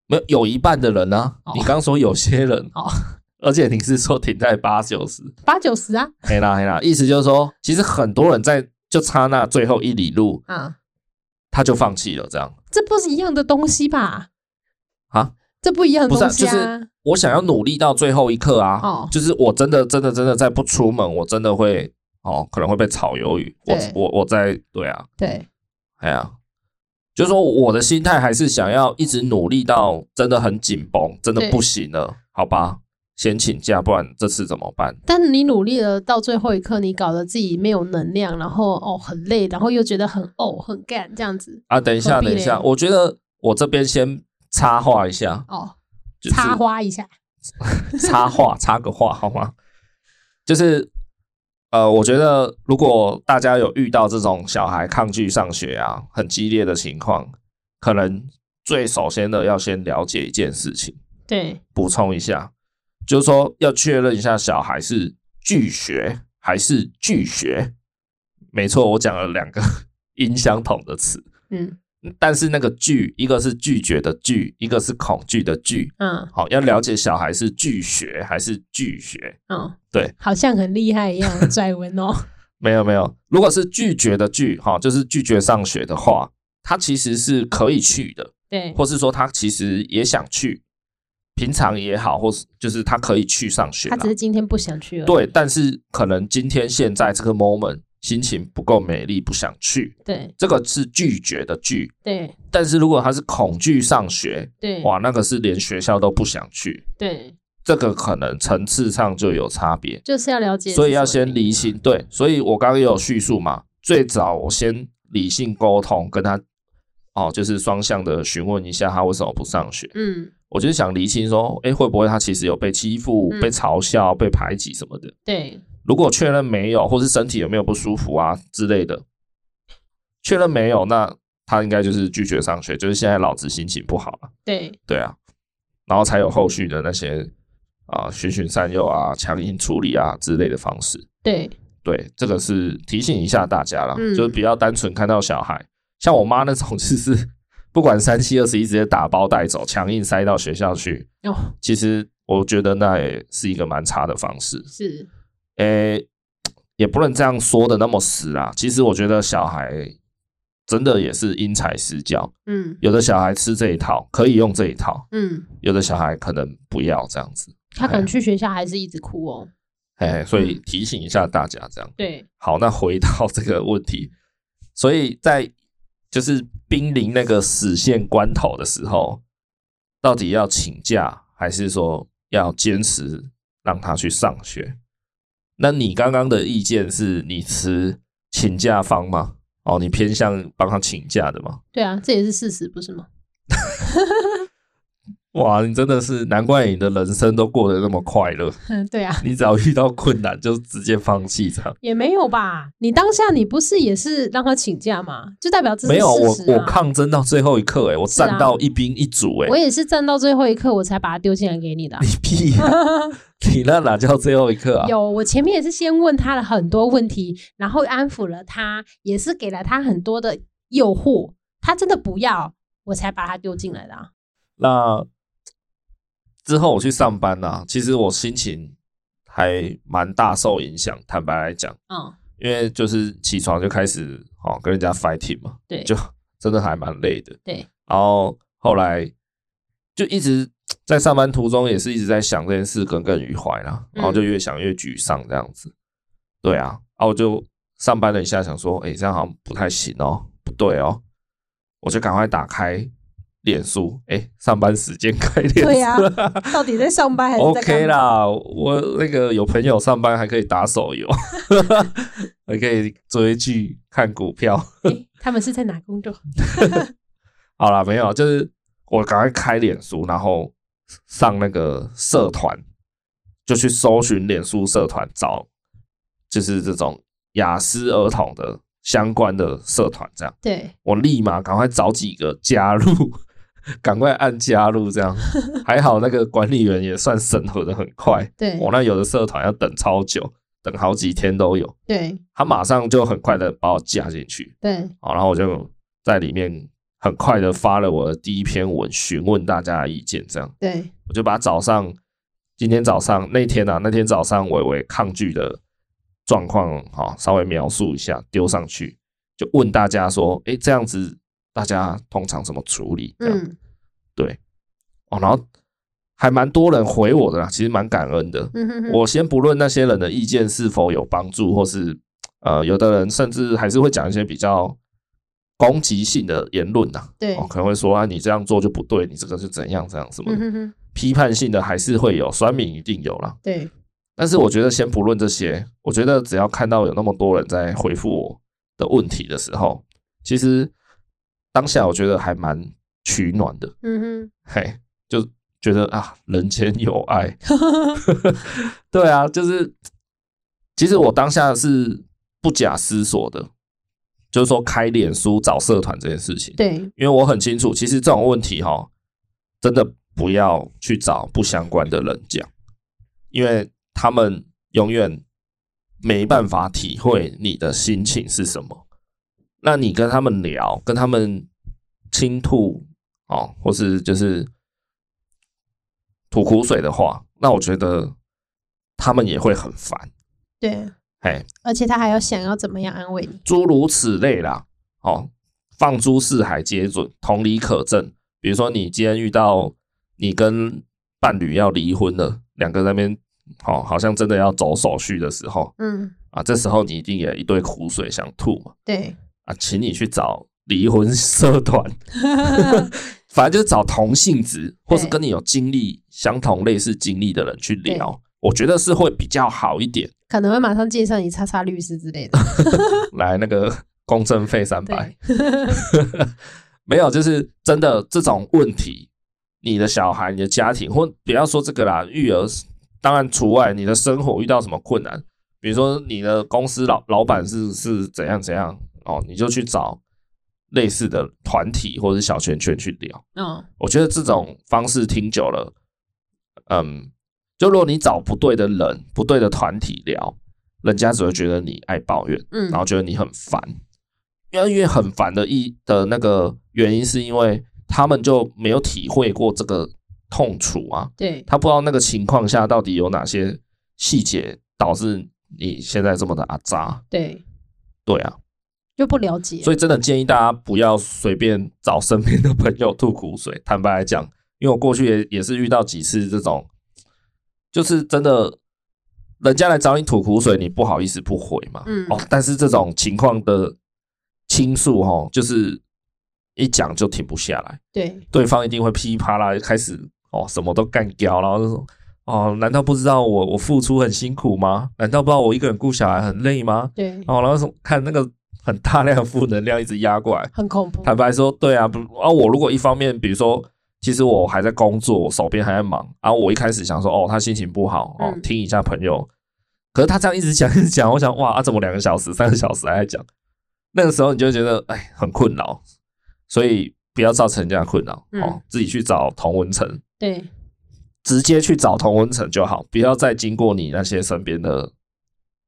Speaker 2: 没有有一半的人啊，
Speaker 3: 哦
Speaker 2: 你刚说有些人
Speaker 3: 哦，
Speaker 2: 而且你是说停在八九十，
Speaker 3: 八九十啊，
Speaker 2: 嘿啦嘿啦，意思就是说，其实很多人在就差那最后一里路，
Speaker 3: 啊，
Speaker 2: 他就放弃了这样。
Speaker 3: 这不是一样的东西吧？
Speaker 2: 啊，
Speaker 3: 这不一样的
Speaker 2: 不是啊
Speaker 3: 东西
Speaker 2: 就是我想要努力到最后一刻啊，
Speaker 3: 哦
Speaker 2: 就是我真的真的真的再不出门，我真的会哦，可能会被炒鱿鱼。我
Speaker 3: 对
Speaker 2: 我我在对啊，
Speaker 3: 对，
Speaker 2: 哎呀，就是说我的心态还是想要一直努力到真的很紧绷，真的
Speaker 3: 对
Speaker 2: 不行了，好吧，先请假，不然这次怎么办？
Speaker 3: 但你努力了到最后一刻，你搞得自己没有能量，然后哦很累，然后又觉得很哦很干这样子
Speaker 2: 啊，等一下，
Speaker 3: 何必
Speaker 2: 等一下，
Speaker 3: 嘞
Speaker 2: 我觉得我这边先插话一下，
Speaker 3: 哦，
Speaker 2: 就是
Speaker 3: 插花一下，
Speaker 2: 插 话，插个话好吗？就是呃，我觉得如果大家有遇到这种小孩抗拒上学啊，很激烈的情况，可能最首先的要先了解一件事情，
Speaker 3: 对，
Speaker 2: 补充一下，就是说要确认一下小孩是拒学还是拒学。没错，我讲了两个 音相同的词，
Speaker 3: 嗯
Speaker 2: 但是那个拒，一个是拒绝的拒，一个是恐惧的惧。
Speaker 3: 嗯
Speaker 2: 好，要了解小孩是拒学还是拒学。
Speaker 3: 嗯，
Speaker 2: 对，
Speaker 3: 好像很厉害一样，拽文 哦，
Speaker 2: 没有没有，如果是拒绝的拒，哈、就是拒绝上学的话，他其实是可以去的，
Speaker 3: 对，
Speaker 2: 或是说他其实也想去，平常也好，或是就是他可以去上学啦
Speaker 3: 他只是今天不想去而已。
Speaker 2: 对，但是可能今天现在这个 moment 心情不够美丽，不想去，
Speaker 3: 对
Speaker 2: 这个是拒绝的拒。
Speaker 3: 对
Speaker 2: 但是如果他是恐惧上学，
Speaker 3: 对
Speaker 2: 哇，那个是连学校都不想去，
Speaker 3: 对，
Speaker 2: 这个可能层次上就有差别，
Speaker 3: 就是要了解是什么
Speaker 2: 所
Speaker 3: 原因，
Speaker 2: 以要先理性。对，所以我刚刚也有叙述嘛，最早我先理性沟通，跟他哦，就是双向的询问一下他为什么不上学。
Speaker 3: 嗯，
Speaker 2: 我就是想厘清说，诶，会不会他其实有被欺负、
Speaker 3: 嗯
Speaker 2: 被嘲笑、被排挤什么的？
Speaker 3: 对
Speaker 2: 如果确认没有，或是身体有没有不舒服啊之类的，确认没有，那他应该就是拒绝上学，就是现在老子心情不好了，
Speaker 3: 对
Speaker 2: 对啊，然后才有后续的那些啊、循循善诱啊、强硬处理啊之类的方式。
Speaker 3: 对
Speaker 2: 对，这个是提醒一下大家啦，
Speaker 3: 嗯
Speaker 2: 就是不要单纯看到小孩，像我妈那种，就是 不管三七二十一，直接打包带走，强硬塞到学校去，
Speaker 3: 哦，
Speaker 2: 其实我觉得那也是一个蛮差的方式。
Speaker 3: 是
Speaker 2: 诶、也不能这样说的那么死啦。其实我觉得小孩真的也是因材施教，
Speaker 3: 嗯
Speaker 2: 有的小孩吃这一套可以用这一套，
Speaker 3: 嗯，
Speaker 2: 有的小孩可能不要这样子。
Speaker 3: 他可能去学校还是一直哭哦。
Speaker 2: 哎、所以提醒一下大家这样。
Speaker 3: 对
Speaker 2: 好，那回到这个问题，所以在就是濒临那个死线关头的时候，到底要请假还是说要坚持让他去上学？那你刚刚的意见是你持请假方吗？哦，你偏向帮他请假的吗？
Speaker 3: 对啊，这也是事实，不是吗？
Speaker 2: 哇，你真的是难怪你的人生都过得那么快乐，
Speaker 3: 嗯，对啊，
Speaker 2: 你只要遇到困难就直接放弃这样。
Speaker 3: 也没有吧。你当下你不是也是让他请假吗？就代表这是
Speaker 2: 没有，我
Speaker 3: 事实啊
Speaker 2: 我抗争到最后一刻、欸，我
Speaker 3: 是啊
Speaker 2: 站到一兵一卒、欸，
Speaker 3: 我也是站到最后一刻我才把它丢进来给你的啊、
Speaker 2: 你屁、啊！你那哪叫最后一刻啊？
Speaker 3: 有，我前面也是先问他了很多问题，然后安抚了他，也是给了他很多的诱惑，他真的不要，我才把他丢进来的、啊。
Speaker 2: 那之后我去上班啦、啊其实我心情还蛮大受影响。坦白来讲，
Speaker 3: 嗯，
Speaker 2: 因为就是起床就开始哦跟人家 fighting 嘛，
Speaker 3: 对，
Speaker 2: 就真的还蛮累的。
Speaker 3: 对，
Speaker 2: 然后后来就一直在上班途中，也是一直在想这件事耿耿于怀啦，
Speaker 3: 嗯
Speaker 2: 然后就越想越沮丧这样子。对啊，然后我就上班了一下，想说，哎、这样好像不太行哦，不对哦，我就赶快打开脸书，哎、上班时间开脸书，
Speaker 3: 对啊到底在上班还
Speaker 2: OK 啦，我那个有朋友上班还可以打手游， 还可以追剧、看股票。
Speaker 3: 诶他们是在哪工作？
Speaker 2: 好啦，没有，啊就是我赶快开脸书，然后上那个社团，就去搜寻脸书社团，找就是这种雅思儿童的相关的社团，这样
Speaker 3: 对，
Speaker 2: 我立马赶快找几个加入，赶快按加入，这样还好那个管理员也算审核的很快，
Speaker 3: 对，
Speaker 2: 我那有的社团要等超久，等好几天都有，
Speaker 3: 对，
Speaker 2: 他马上就很快的把我加进去，
Speaker 3: 对，
Speaker 2: 好，然后我就在里面很快的发了我的第一篇文，询问大家的意见。这样，
Speaker 3: 对，
Speaker 2: 我就把早上今天早上那天啊，那天早上伟伟抗拒的状况，好、稍微描述一下，丢上去，就问大家说，诶，这样子大家通常怎么处理？这样、
Speaker 3: 嗯
Speaker 2: 哦，然后还蛮多人回我的啦，其实蛮感恩的。
Speaker 3: 嗯哼哼，
Speaker 2: 我先不论那些人的意见是否有帮助，或是呃，有的人甚至还是会讲一些比较攻击性的言论呐、
Speaker 3: 对
Speaker 2: 哦，，可能会说啊，你这样做就不对，你这个是怎样怎样什么的，
Speaker 3: 嗯哼哼，
Speaker 2: 批判性的还是会有，酸民一定有啦。
Speaker 3: 对，
Speaker 2: 但是我觉得先不论这些，我觉得只要看到有那么多人在回复我的问题的时候，其实当下我觉得还蛮取暖的，
Speaker 3: 嗯
Speaker 2: 嘿，就觉得啊，人间有爱。
Speaker 3: 哼，
Speaker 2: 对啊，就是其实我当下是不假思索的，就是说开脸书找社团这件事情，
Speaker 3: 对，
Speaker 2: 因为我很清楚，其实这种问题哈，真的不要去找不相关的人讲，因为他们永远没办法体会你的心情是什么。那你跟他们聊，跟他们倾吐哦，或是就是吐苦水的话，那我觉得他们也会很烦，
Speaker 3: 对，
Speaker 2: 哎，
Speaker 3: 而且他还要想要怎么样安慰你，
Speaker 2: 诸如此类啦。哦，放诸四海皆准，同理可证。比如说，你今天遇到你跟伴侣要离婚了，两个人在那边哦好、好像真的要走手续的时候
Speaker 3: 嗯，
Speaker 2: 啊，这时候你一定也一堆苦水想吐嘛
Speaker 3: 对，
Speaker 2: 啊，请你去找离婚社团， 反正就是找同性质或是
Speaker 3: 对
Speaker 2: 跟你有经历相同类似经历的人去聊，我觉得是会比较好一点。
Speaker 3: 可能会马上介绍你叉叉律师之 类的。
Speaker 2: 来，那个公证费三百
Speaker 3: 对，，
Speaker 2: 没有，就是真的这种问题，你的小孩、你的家庭，或不要说这个啦，育儿当然除外，你的生活遇到什么困难，比如说你的公司老老板是是怎样怎样哦，你就去找类似的团体或者小圈圈去聊。
Speaker 3: 嗯，
Speaker 2: 我觉得这种方式听久了，嗯，就如果你找不对的人、不对的团体聊，人家只会觉得你爱抱怨，
Speaker 3: 嗯
Speaker 2: 然后觉得你很烦。因为因为很烦的一的那个原因，是因为他们就没有体会过这个痛楚啊，
Speaker 3: 对，
Speaker 2: 他不知道那个情况下到底有哪些细节导致你现在这么的阿扎。
Speaker 3: 对，
Speaker 2: 对啊，
Speaker 3: 就不了解。
Speaker 2: 所以真的建议大家不要随便找身边的朋友吐苦水。坦白来讲，因为我过去也也是遇到几次这种，就是真的人家来找你吐苦水，你不好意思不回嘛。
Speaker 3: 嗯
Speaker 2: 哦，但是这种情况的倾诉哦，就是一讲就停不下来，
Speaker 3: 对，
Speaker 2: 对方一定会噼里啪啦开始哦什么都干掉，然后就说。哦，难道不知道我我付出很辛苦吗？难道不知道我一个人顾小孩很累吗？
Speaker 3: 对，
Speaker 2: 哦，然后从看那个很大量的负能量一直压过来。
Speaker 3: 很恐怖。
Speaker 2: 坦白说，对啊，不啊，我如果一方面，比如说，其实我还在工作，我手边还在忙，然、后我一开始想说，哦，他心情不好，哦，
Speaker 3: 嗯
Speaker 2: 听一下朋友。可是他这样一直讲一直讲，我想哇，啊，怎么两个小时、三个小时还在讲？那个时候你就会觉得哎，很困扰，所以不要造成人家的困扰、哦
Speaker 3: 嗯，
Speaker 2: 自己去找同文层，
Speaker 3: 对，
Speaker 2: 哦直接去找同文层就好，不要再经过你那些身边的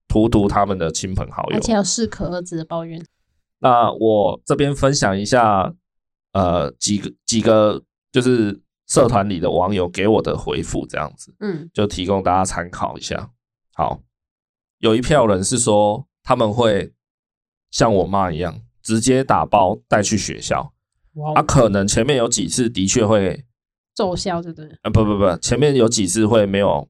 Speaker 2: 荼毒他们的亲朋好友
Speaker 3: 而。且要适可而止的抱怨。
Speaker 2: 那我这边分享一下，呃，几个几个就是社团里的网友给我的回复，这样子
Speaker 3: 嗯，
Speaker 2: 就提供大家参考一下。好，有一票人是说他们会像我妈一样，直接打包带去学校。
Speaker 3: 哇哦
Speaker 2: 啊，可能前面有几次的确会，
Speaker 3: 奏效对不对？
Speaker 2: 呃，不不不，前面有几次会没有，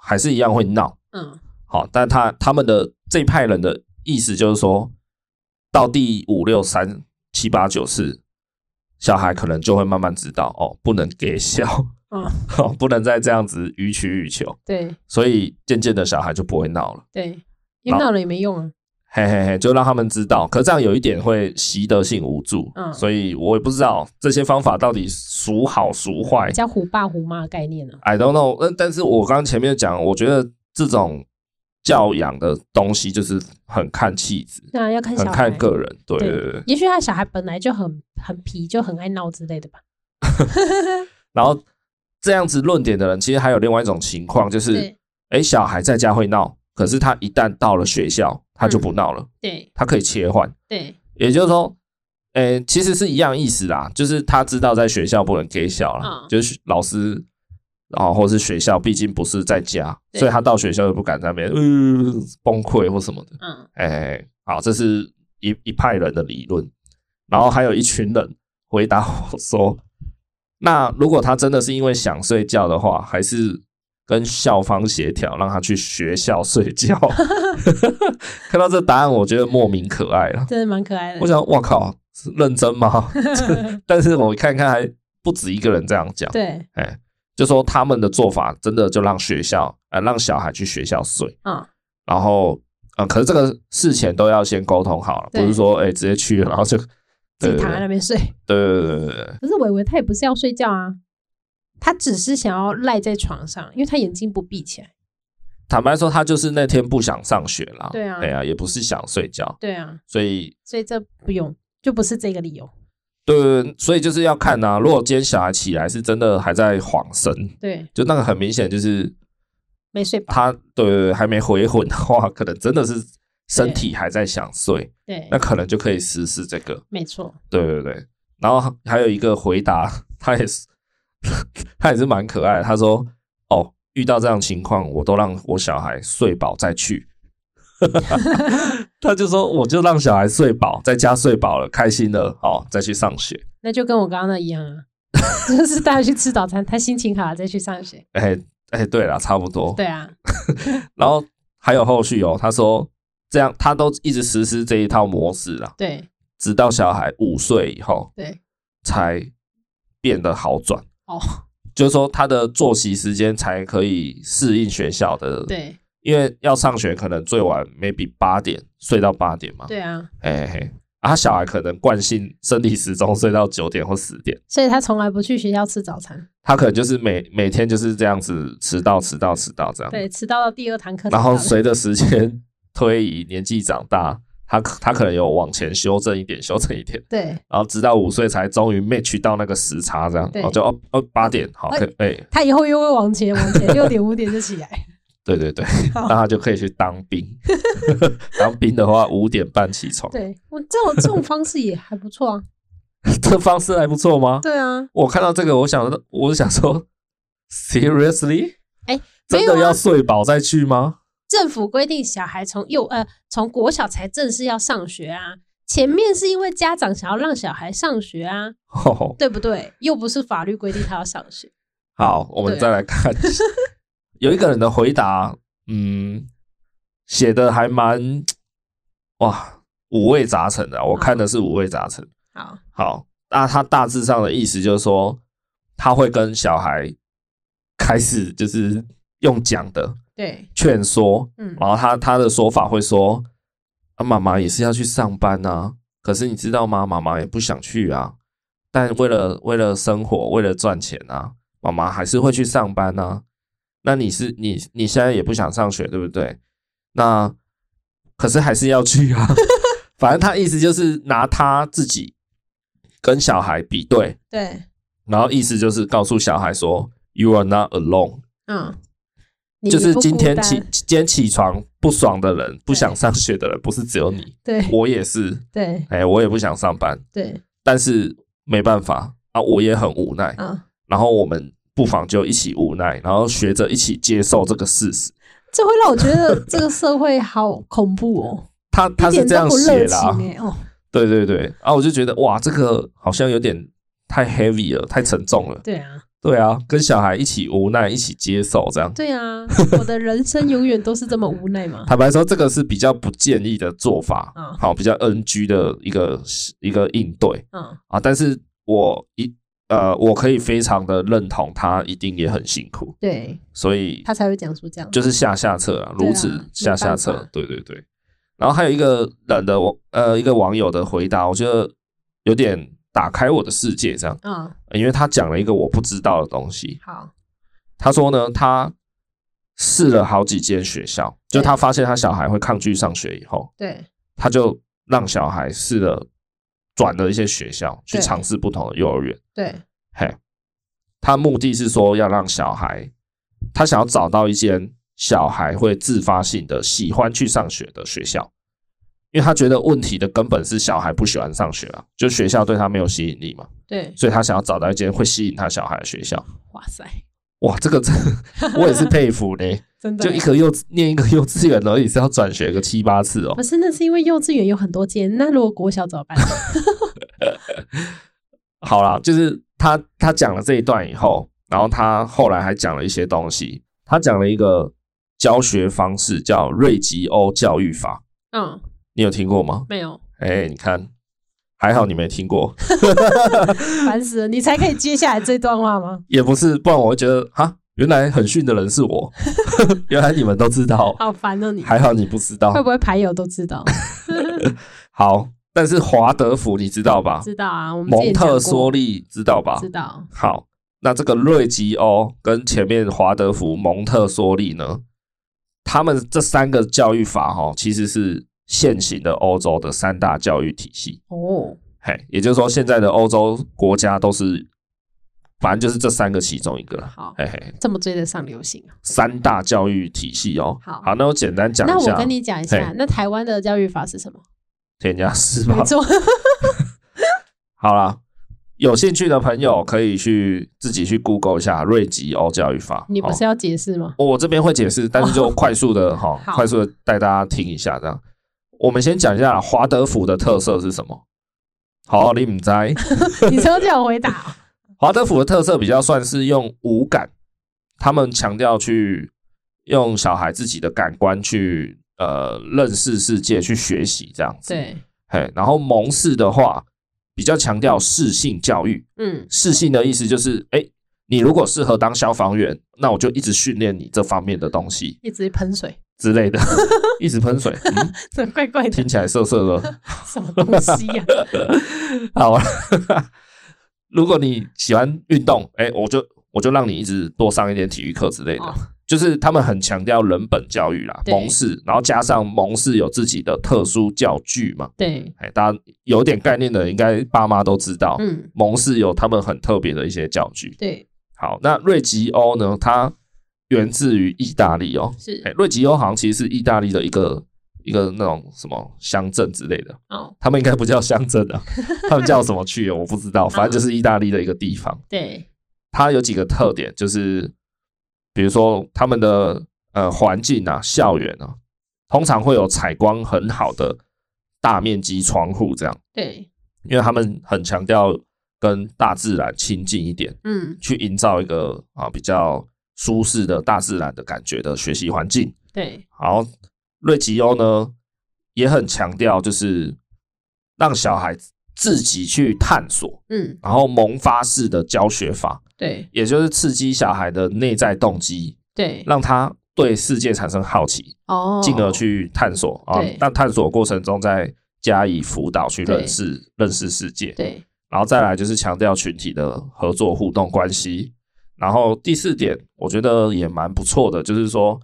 Speaker 2: 还是一样会闹。
Speaker 3: 嗯，
Speaker 2: 好，但他他们的这一派人的意思就是说，到第五六三七八九四，小孩可能就会慢慢知道哦，不能给笑，
Speaker 3: 嗯
Speaker 2: 哦，不能再这样子予取予求，
Speaker 3: 对
Speaker 2: 所以渐渐的小孩就不会闹了，
Speaker 3: 对，因为闹了也没用啊。
Speaker 2: 嘿嘿嘿，就让他们知道。可这样有一点会习得性无助，
Speaker 3: 嗯
Speaker 2: 所以我也不知道这些方法到底孰好孰坏
Speaker 3: 叫虎爸虎妈的概念啊。
Speaker 2: ，I don't know。但呃但是我刚刚前面讲，我觉得这种教养的东西就是很看气质。
Speaker 3: 那要看
Speaker 2: 很
Speaker 3: 小孩，
Speaker 2: 看个人，对对对。
Speaker 3: 也许他小孩本来就很很皮，就很爱闹之类的吧。
Speaker 2: 然后这样子论点的人，其实还有另外一种情况，就是
Speaker 3: 对
Speaker 2: 哎，诶小孩在家会闹，可是他一旦到了学校，他就不闹了，
Speaker 3: 对
Speaker 2: 他可以切换。
Speaker 3: 对
Speaker 2: 也就是说，诶，其实是一样意思啦，就是他知道在学校不能给小啦，
Speaker 3: 嗯
Speaker 2: 就是老师。啊，或是学校，毕竟不是在家，
Speaker 3: 对
Speaker 2: 所以他到学校就不敢在那边，嗯、崩溃或什么的。
Speaker 3: 嗯
Speaker 2: 哎，好，这是一一派人的理论，然后还有一群人回答我说，那如果他真的是因为想睡觉的话，还是跟校方协调，让他去学校睡觉。 看到这答案，我觉得莫名可爱了。
Speaker 3: 真的蛮可爱
Speaker 2: 我
Speaker 3: 的。
Speaker 2: 想，我靠，是认真吗？ 但是我看看还不止一个人这样讲，
Speaker 3: 对，
Speaker 2: 哎，就说他们的做法真的就让学校，呃，让小孩去学校睡。
Speaker 3: 嗯，
Speaker 2: 然后呃，可是这个事前都要先沟通好了，不
Speaker 3: 对
Speaker 2: 是说哎、直接去了，然后就
Speaker 3: 自
Speaker 2: 对
Speaker 3: 己
Speaker 2: 对
Speaker 3: 躺在那边睡。
Speaker 2: 对对对对对，
Speaker 3: 可是伟伟他也不是要睡觉啊，他只是想要赖在床上，因为他眼睛不闭起来。
Speaker 2: 坦白说，他就是那天不想上学啦，
Speaker 3: 对啊
Speaker 2: 哎呀、也不是想睡觉，
Speaker 3: 对啊，
Speaker 2: 所以
Speaker 3: 所以这不用，就不是这个理由。
Speaker 2: 对对对，所以就是要看呐、如果今天小孩起来是真的还在晃神，
Speaker 3: 对，
Speaker 2: 就那个很明显就是
Speaker 3: 没睡饱。
Speaker 2: 他对对对还没回魂的话，可能真的是身体还在想睡，
Speaker 3: 对
Speaker 2: 那，可能就可以实施这个。
Speaker 3: 没错。
Speaker 2: 对对对，然后还有一个回答，他也是 他也是蛮可爱的他说：“哦，遇到这样情况，我都让我小孩睡饱再去。” 他就说：“我就让小孩睡饱，在家睡饱了，开心了，哦，再去上学。
Speaker 3: 那就跟我刚刚那一样啊，”就是带他去吃早餐，他心情好了再去上学。
Speaker 2: 哎哎，对了，差不多。
Speaker 3: 对啊，
Speaker 2: 然后还有后续哦，他说这样他都一直实施这一套模式啦，
Speaker 3: 对
Speaker 2: 直到小孩五岁以后
Speaker 3: 对，
Speaker 2: 才变得好转，
Speaker 3: 哦，
Speaker 2: 就是说他的作息时间才可以适应学校的。，
Speaker 3: 对
Speaker 2: 因为要上学可能最晚 maybe 八点睡到八点嘛。，
Speaker 3: 对啊，
Speaker 2: 哎嘿，啊小孩可能惯性生理时钟睡到九点或十点，
Speaker 3: 所以他从来不去学校吃早餐，
Speaker 2: 他可能就是每每天就是这样子迟到迟到迟到这样。
Speaker 3: 对，迟到到第二堂课才
Speaker 2: 然后
Speaker 3: 到的。
Speaker 2: 随着时间推移，年纪长大，他可他可能有往前修正一点，修正一点，
Speaker 3: 对
Speaker 2: 然后直到五岁才终于 match 到那个时差，这样，
Speaker 3: 对
Speaker 2: 哦，就哦哦八点，好，
Speaker 3: 哎
Speaker 2: 可以哎、
Speaker 3: 他以后又会往前往前，六点五点就起来。
Speaker 2: 对对对， 那他就可以去当兵。当兵的话，五点半起床，
Speaker 3: 对我这种这种方式也还不错啊。
Speaker 2: 这方式还不错吗？
Speaker 3: 对啊，
Speaker 2: 我看到这个，我想说，我想说，seriously，
Speaker 3: 哎，没
Speaker 2: 真
Speaker 3: 有
Speaker 2: 的
Speaker 3: 啊
Speaker 2: 要睡饱再去吗？
Speaker 3: 政府规定小孩从幼呃从国小才正式要上学啊。前面是因为家长想要让小孩上学啊，
Speaker 2: 哦，
Speaker 3: 对不对？又不是法律规定他要上学。
Speaker 2: 好，我们
Speaker 3: 对啊
Speaker 2: 再来看， 有一个人的回答，嗯，写的还蛮哇五味杂陈的啊，我看的是五味杂陈。
Speaker 3: 好，
Speaker 2: 好，那他大致上的意思就是说，他会跟小孩开始就是用讲的
Speaker 3: 对，
Speaker 2: 劝说，
Speaker 3: 嗯，
Speaker 2: 然后他他的说法会说，啊，妈妈也是要去上班啊，可是你知道吗？妈妈也不想去啊，但为了为了生活，为了赚钱啊，妈妈还是会去上班啊。那你是你你现在也不想上学，对不对？那可是还是要去啊。反正他意思就是拿他自己跟小孩比对，
Speaker 3: 对，
Speaker 2: 然后意思就是告诉小孩说，You are not alone。
Speaker 3: 嗯，你
Speaker 2: 就是
Speaker 3: 不
Speaker 2: 今
Speaker 3: 孤
Speaker 2: 天
Speaker 3: 单
Speaker 2: 起今天起床不爽的人，不想上学的人，不是只有你，
Speaker 3: 对
Speaker 2: 我也是，
Speaker 3: 对
Speaker 2: 哎、我也不想上班，
Speaker 3: 对，
Speaker 2: 但是没办法啊，我也很无奈。
Speaker 3: 嗯，
Speaker 2: 然后我们不妨就一起无奈，然后学着一起接受这个事实。
Speaker 3: 这会让我觉得这个社会好恐怖哦，
Speaker 2: 他 他
Speaker 3: 一
Speaker 2: 是
Speaker 3: 点
Speaker 2: 这
Speaker 3: 都
Speaker 2: 样
Speaker 3: 不
Speaker 2: 写
Speaker 3: 热
Speaker 2: 啦，
Speaker 3: 情哎哦，
Speaker 2: 对对对，啊，我就觉得哇，这个好像有点太 heavy 了，太沉重了。
Speaker 3: 对啊
Speaker 2: 对啊，跟小孩一起无奈，一起接受这样。
Speaker 3: 对啊，我的人生永远都是这么无奈嘛，
Speaker 2: 坦白说，这个是比较不建议的做法，
Speaker 3: 嗯
Speaker 2: 好，比较 NG 的一个一个应对
Speaker 3: 嗯，
Speaker 2: 啊。但是我一呃，我可以非常的认同他一定也很辛苦，
Speaker 3: 对
Speaker 2: 所以
Speaker 3: 他才会讲出这样，
Speaker 2: 就是下下策啊，
Speaker 3: 对啊
Speaker 2: 如此下下
Speaker 3: 没办
Speaker 2: 策
Speaker 3: 法，
Speaker 2: 对对对。然后还有一个人的网呃一个网友的回答，我觉得有点打开我的世界，这样，
Speaker 3: 嗯，
Speaker 2: 因为他讲了一个我不知道的东西。
Speaker 3: 好，
Speaker 2: 他说呢，他试了好几间学校，就
Speaker 3: 对
Speaker 2: 他发现他小孩会抗拒上学以后，
Speaker 3: 对
Speaker 2: 他就让小孩试了转了一些学校，去
Speaker 3: 对
Speaker 2: 尝试不同的幼儿园。
Speaker 3: 对
Speaker 2: 嘿，他目的是说要让小孩，他想要找到一间小孩会自发性的喜欢去上学的学校，因为他觉得问题的根本是小孩不喜欢上学啊，就学校对他没有吸引力嘛，
Speaker 3: 对，
Speaker 2: 所以他想要找到一间会吸引他小孩的学校。
Speaker 3: 哇塞，
Speaker 2: 哇，这个真， 我也是佩服嘞！
Speaker 3: 真
Speaker 2: 就
Speaker 3: 的啊
Speaker 2: 一。个幼稚念一个幼稚园而已，是要转学个七八次哦
Speaker 3: 不。是，那是因为幼稚园有很多间，那如果国小怎么办？
Speaker 2: 好啦， 就是他他讲了这一段以后，然后他后来还讲了一些东西，他讲了一个教学方式叫瑞吉欧教育法，
Speaker 3: 嗯，
Speaker 2: 你有听过吗？
Speaker 3: 没有，
Speaker 2: 哎、你看，还好你没听过，
Speaker 3: 烦死了！你才可以接下来这段话吗？
Speaker 2: 也不是，不然我会觉得哈，原来很逊的人是我， 原来你们都知道，
Speaker 3: 好烦哦，你
Speaker 2: 还好你不知道
Speaker 3: 会。不会牌友都知道？
Speaker 2: 好，但是华德福你知道吧？
Speaker 3: 知道啊，我们之
Speaker 2: 蒙
Speaker 3: 前
Speaker 2: 特
Speaker 3: 讲
Speaker 2: 梭
Speaker 3: 过，
Speaker 2: 利啊知道吧？
Speaker 3: 知道，
Speaker 2: 好，那这个瑞吉欧跟前面华德福、蒙特梭利呢，他们这三个教育法哈、其实是现行的欧洲的三大教育体系。
Speaker 3: 哦，
Speaker 2: 嘿，也就是说，现在的欧洲国家都是，反正就是这三个其中一个啦。
Speaker 3: 好
Speaker 2: 嘿嘿，
Speaker 3: 这么追得上流行啊。
Speaker 2: 三大教育体系哦。
Speaker 3: 好
Speaker 2: 好，那我简单讲
Speaker 3: 那
Speaker 2: 一
Speaker 3: 我
Speaker 2: 下
Speaker 3: 跟你讲一下
Speaker 2: 嘿，
Speaker 3: 那台湾的教育法是什么？
Speaker 2: 添加是吧
Speaker 3: 没？错，
Speaker 2: 好啦，有兴趣的朋友可以去自己去 Google 一下瑞吉欧教育法。
Speaker 3: 你不
Speaker 2: 哦
Speaker 3: 是要解释吗？
Speaker 2: 我这边会解释，但是就快速的哈、
Speaker 3: 哦好
Speaker 2: 快速的带大家听一下这样。我们先讲一下华德福的特色是什么。好，你唔知，
Speaker 3: 你是要叫我回答哦？
Speaker 2: 华德福的特色比较算是用五感，他们强调去用小孩自己的感官去呃认识世界，去学习这样子。，
Speaker 3: 对，
Speaker 2: 嘿，然后蒙氏的话比较强调适性教育，
Speaker 3: 嗯，
Speaker 2: 适性的意思就是，哎，你如果适合当消防员，那我就一直训练你这方面的东西
Speaker 3: 一直喷水，
Speaker 2: 之类 的，一直喷水，嗯，
Speaker 3: 这怪怪 的
Speaker 2: 听，起来涩涩的。
Speaker 3: 什么东西啊呀、
Speaker 2: 好了，啊 如果你喜欢运动，哎、我就我就让你一直多上一点体育课之类的。
Speaker 3: 哦
Speaker 2: 就是他们很强调人本教育啦，
Speaker 3: 对
Speaker 2: 蒙氏，然后加上蒙氏有自己的特殊教具嘛，
Speaker 3: 对，
Speaker 2: 哎、大家有点概念的，应该爸妈都知道，
Speaker 3: 嗯，
Speaker 2: 蒙氏有他们很特别的一些教具。
Speaker 3: 对，
Speaker 2: 好，那瑞吉欧呢，它源自于意大利哦，
Speaker 3: 是
Speaker 2: 哎、瑞吉欧好像其实是意大利的一个一个那种什么乡镇之类的，
Speaker 3: 哦，
Speaker 2: 他们应该不叫乡镇啊，他们叫什么去？我不知道，反正就是意大利的一个地方。
Speaker 3: 对，
Speaker 2: 它有几个特点，就是比如说他们的呃环境啊、校园啊，通常会有采光很好的大面积窗户这样，
Speaker 3: 对，
Speaker 2: 因为他们很强调跟大自然亲近一点，
Speaker 3: 嗯，
Speaker 2: 去营造一个啊比较舒适的大自然的感觉的学习环境。
Speaker 3: 对，
Speaker 2: 然后瑞吉欧呢也很强调，就是让小孩子自己去探索，
Speaker 3: 嗯，
Speaker 2: 然后萌发式的教学法，
Speaker 3: 对，
Speaker 2: 也就是刺激小孩的内在动机，
Speaker 3: 对，
Speaker 2: 让他对世界产生好奇，
Speaker 3: 哦，
Speaker 2: 进而去探索啊
Speaker 3: 对。
Speaker 2: 但探索过程中再加以辅导去
Speaker 3: 对
Speaker 2: 认识认识世界，
Speaker 3: 对，
Speaker 2: 然后再来就是强调群体的合作互动关系。然后第四点，我觉得也蛮不错的，就是说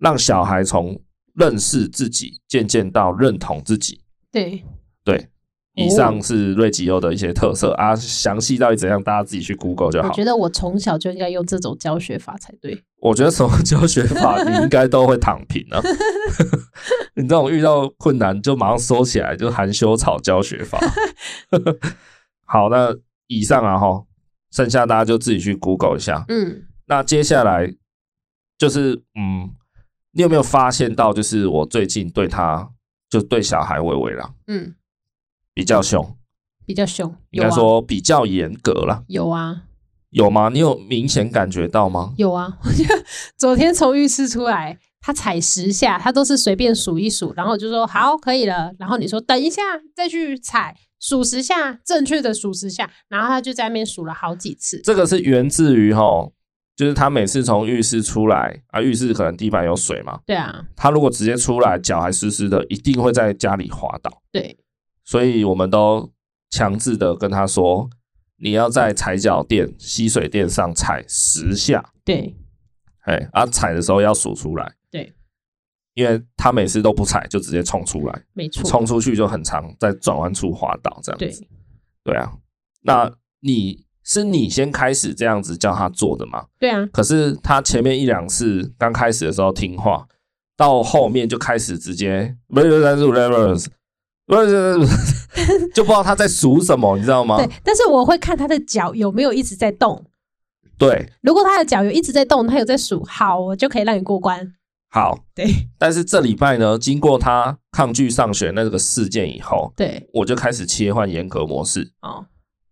Speaker 2: 让小孩从认识自己，渐渐到认同自己。
Speaker 3: 对，
Speaker 2: 对，以
Speaker 3: 哦
Speaker 2: 上是瑞吉欧的一些特色、啊，详细到底怎样，大家自己去 Google 就好
Speaker 3: 我。觉得我从小就应该用这种教学法才对。
Speaker 2: 我觉得什么教学法你应该都会躺平 啊。你这种遇到困难就马上收起来，就含羞草教学 法。好，那以上啊哈，剩下大家就自己去 Google 一下。
Speaker 3: 嗯，
Speaker 2: 那接下来就是嗯，你有没有发现到，就是我最近对他就对小孩微微啦
Speaker 3: 嗯，
Speaker 2: 比较凶，
Speaker 3: 比较凶，
Speaker 2: 应
Speaker 3: 有
Speaker 2: 该
Speaker 3: 啊，
Speaker 2: 说比较严格啦，
Speaker 3: 有啊，
Speaker 2: 有吗？你有明显感觉到吗？
Speaker 3: 有啊。 我觉得昨天从浴室出来，他踩十下，他都是随便数一数，然后我就说好，可以了。然后你说等一下再去踩，数十下，正确的数十下，然后他就在那边数了好几次。
Speaker 2: 这个是源自于哈，就是他每次从浴室出来啊，浴室可能地板有水嘛，
Speaker 3: 对啊，
Speaker 2: 他如果直接出来，脚还湿湿的，一定会在家里滑倒，
Speaker 3: 对，
Speaker 2: 所以我们都强制的跟他说，你要在踩脚垫、吸水垫上踩十下，
Speaker 3: 对，
Speaker 2: 哎，啊，踩的时候要数出来，
Speaker 3: 对，
Speaker 2: 因为他每次都不踩，就直接冲出来，
Speaker 3: 没错，
Speaker 2: 冲出去就很长，在转弯处滑倒这样
Speaker 3: 对
Speaker 2: 子，对啊，那你是你先开始这样子叫他做的吗？
Speaker 3: 对啊，
Speaker 2: 可是他前面一两次刚开始的时候听话，到后面就开始直接不是不是不是不是不是不是不是，就不知道他在数什么，你知道吗？
Speaker 3: 对。但是我会看他的脚有没有一直在动，
Speaker 2: 对，
Speaker 3: 如果他的脚有一直在动，他有在数，好，我就可以让你过关。
Speaker 2: 好。
Speaker 3: 对
Speaker 2: 但是这礼拜呢，经过他抗拒上学那个事件以后，
Speaker 3: 对，
Speaker 2: 我就开
Speaker 3: 嗯
Speaker 2: 始切换严格模式。
Speaker 3: 哦，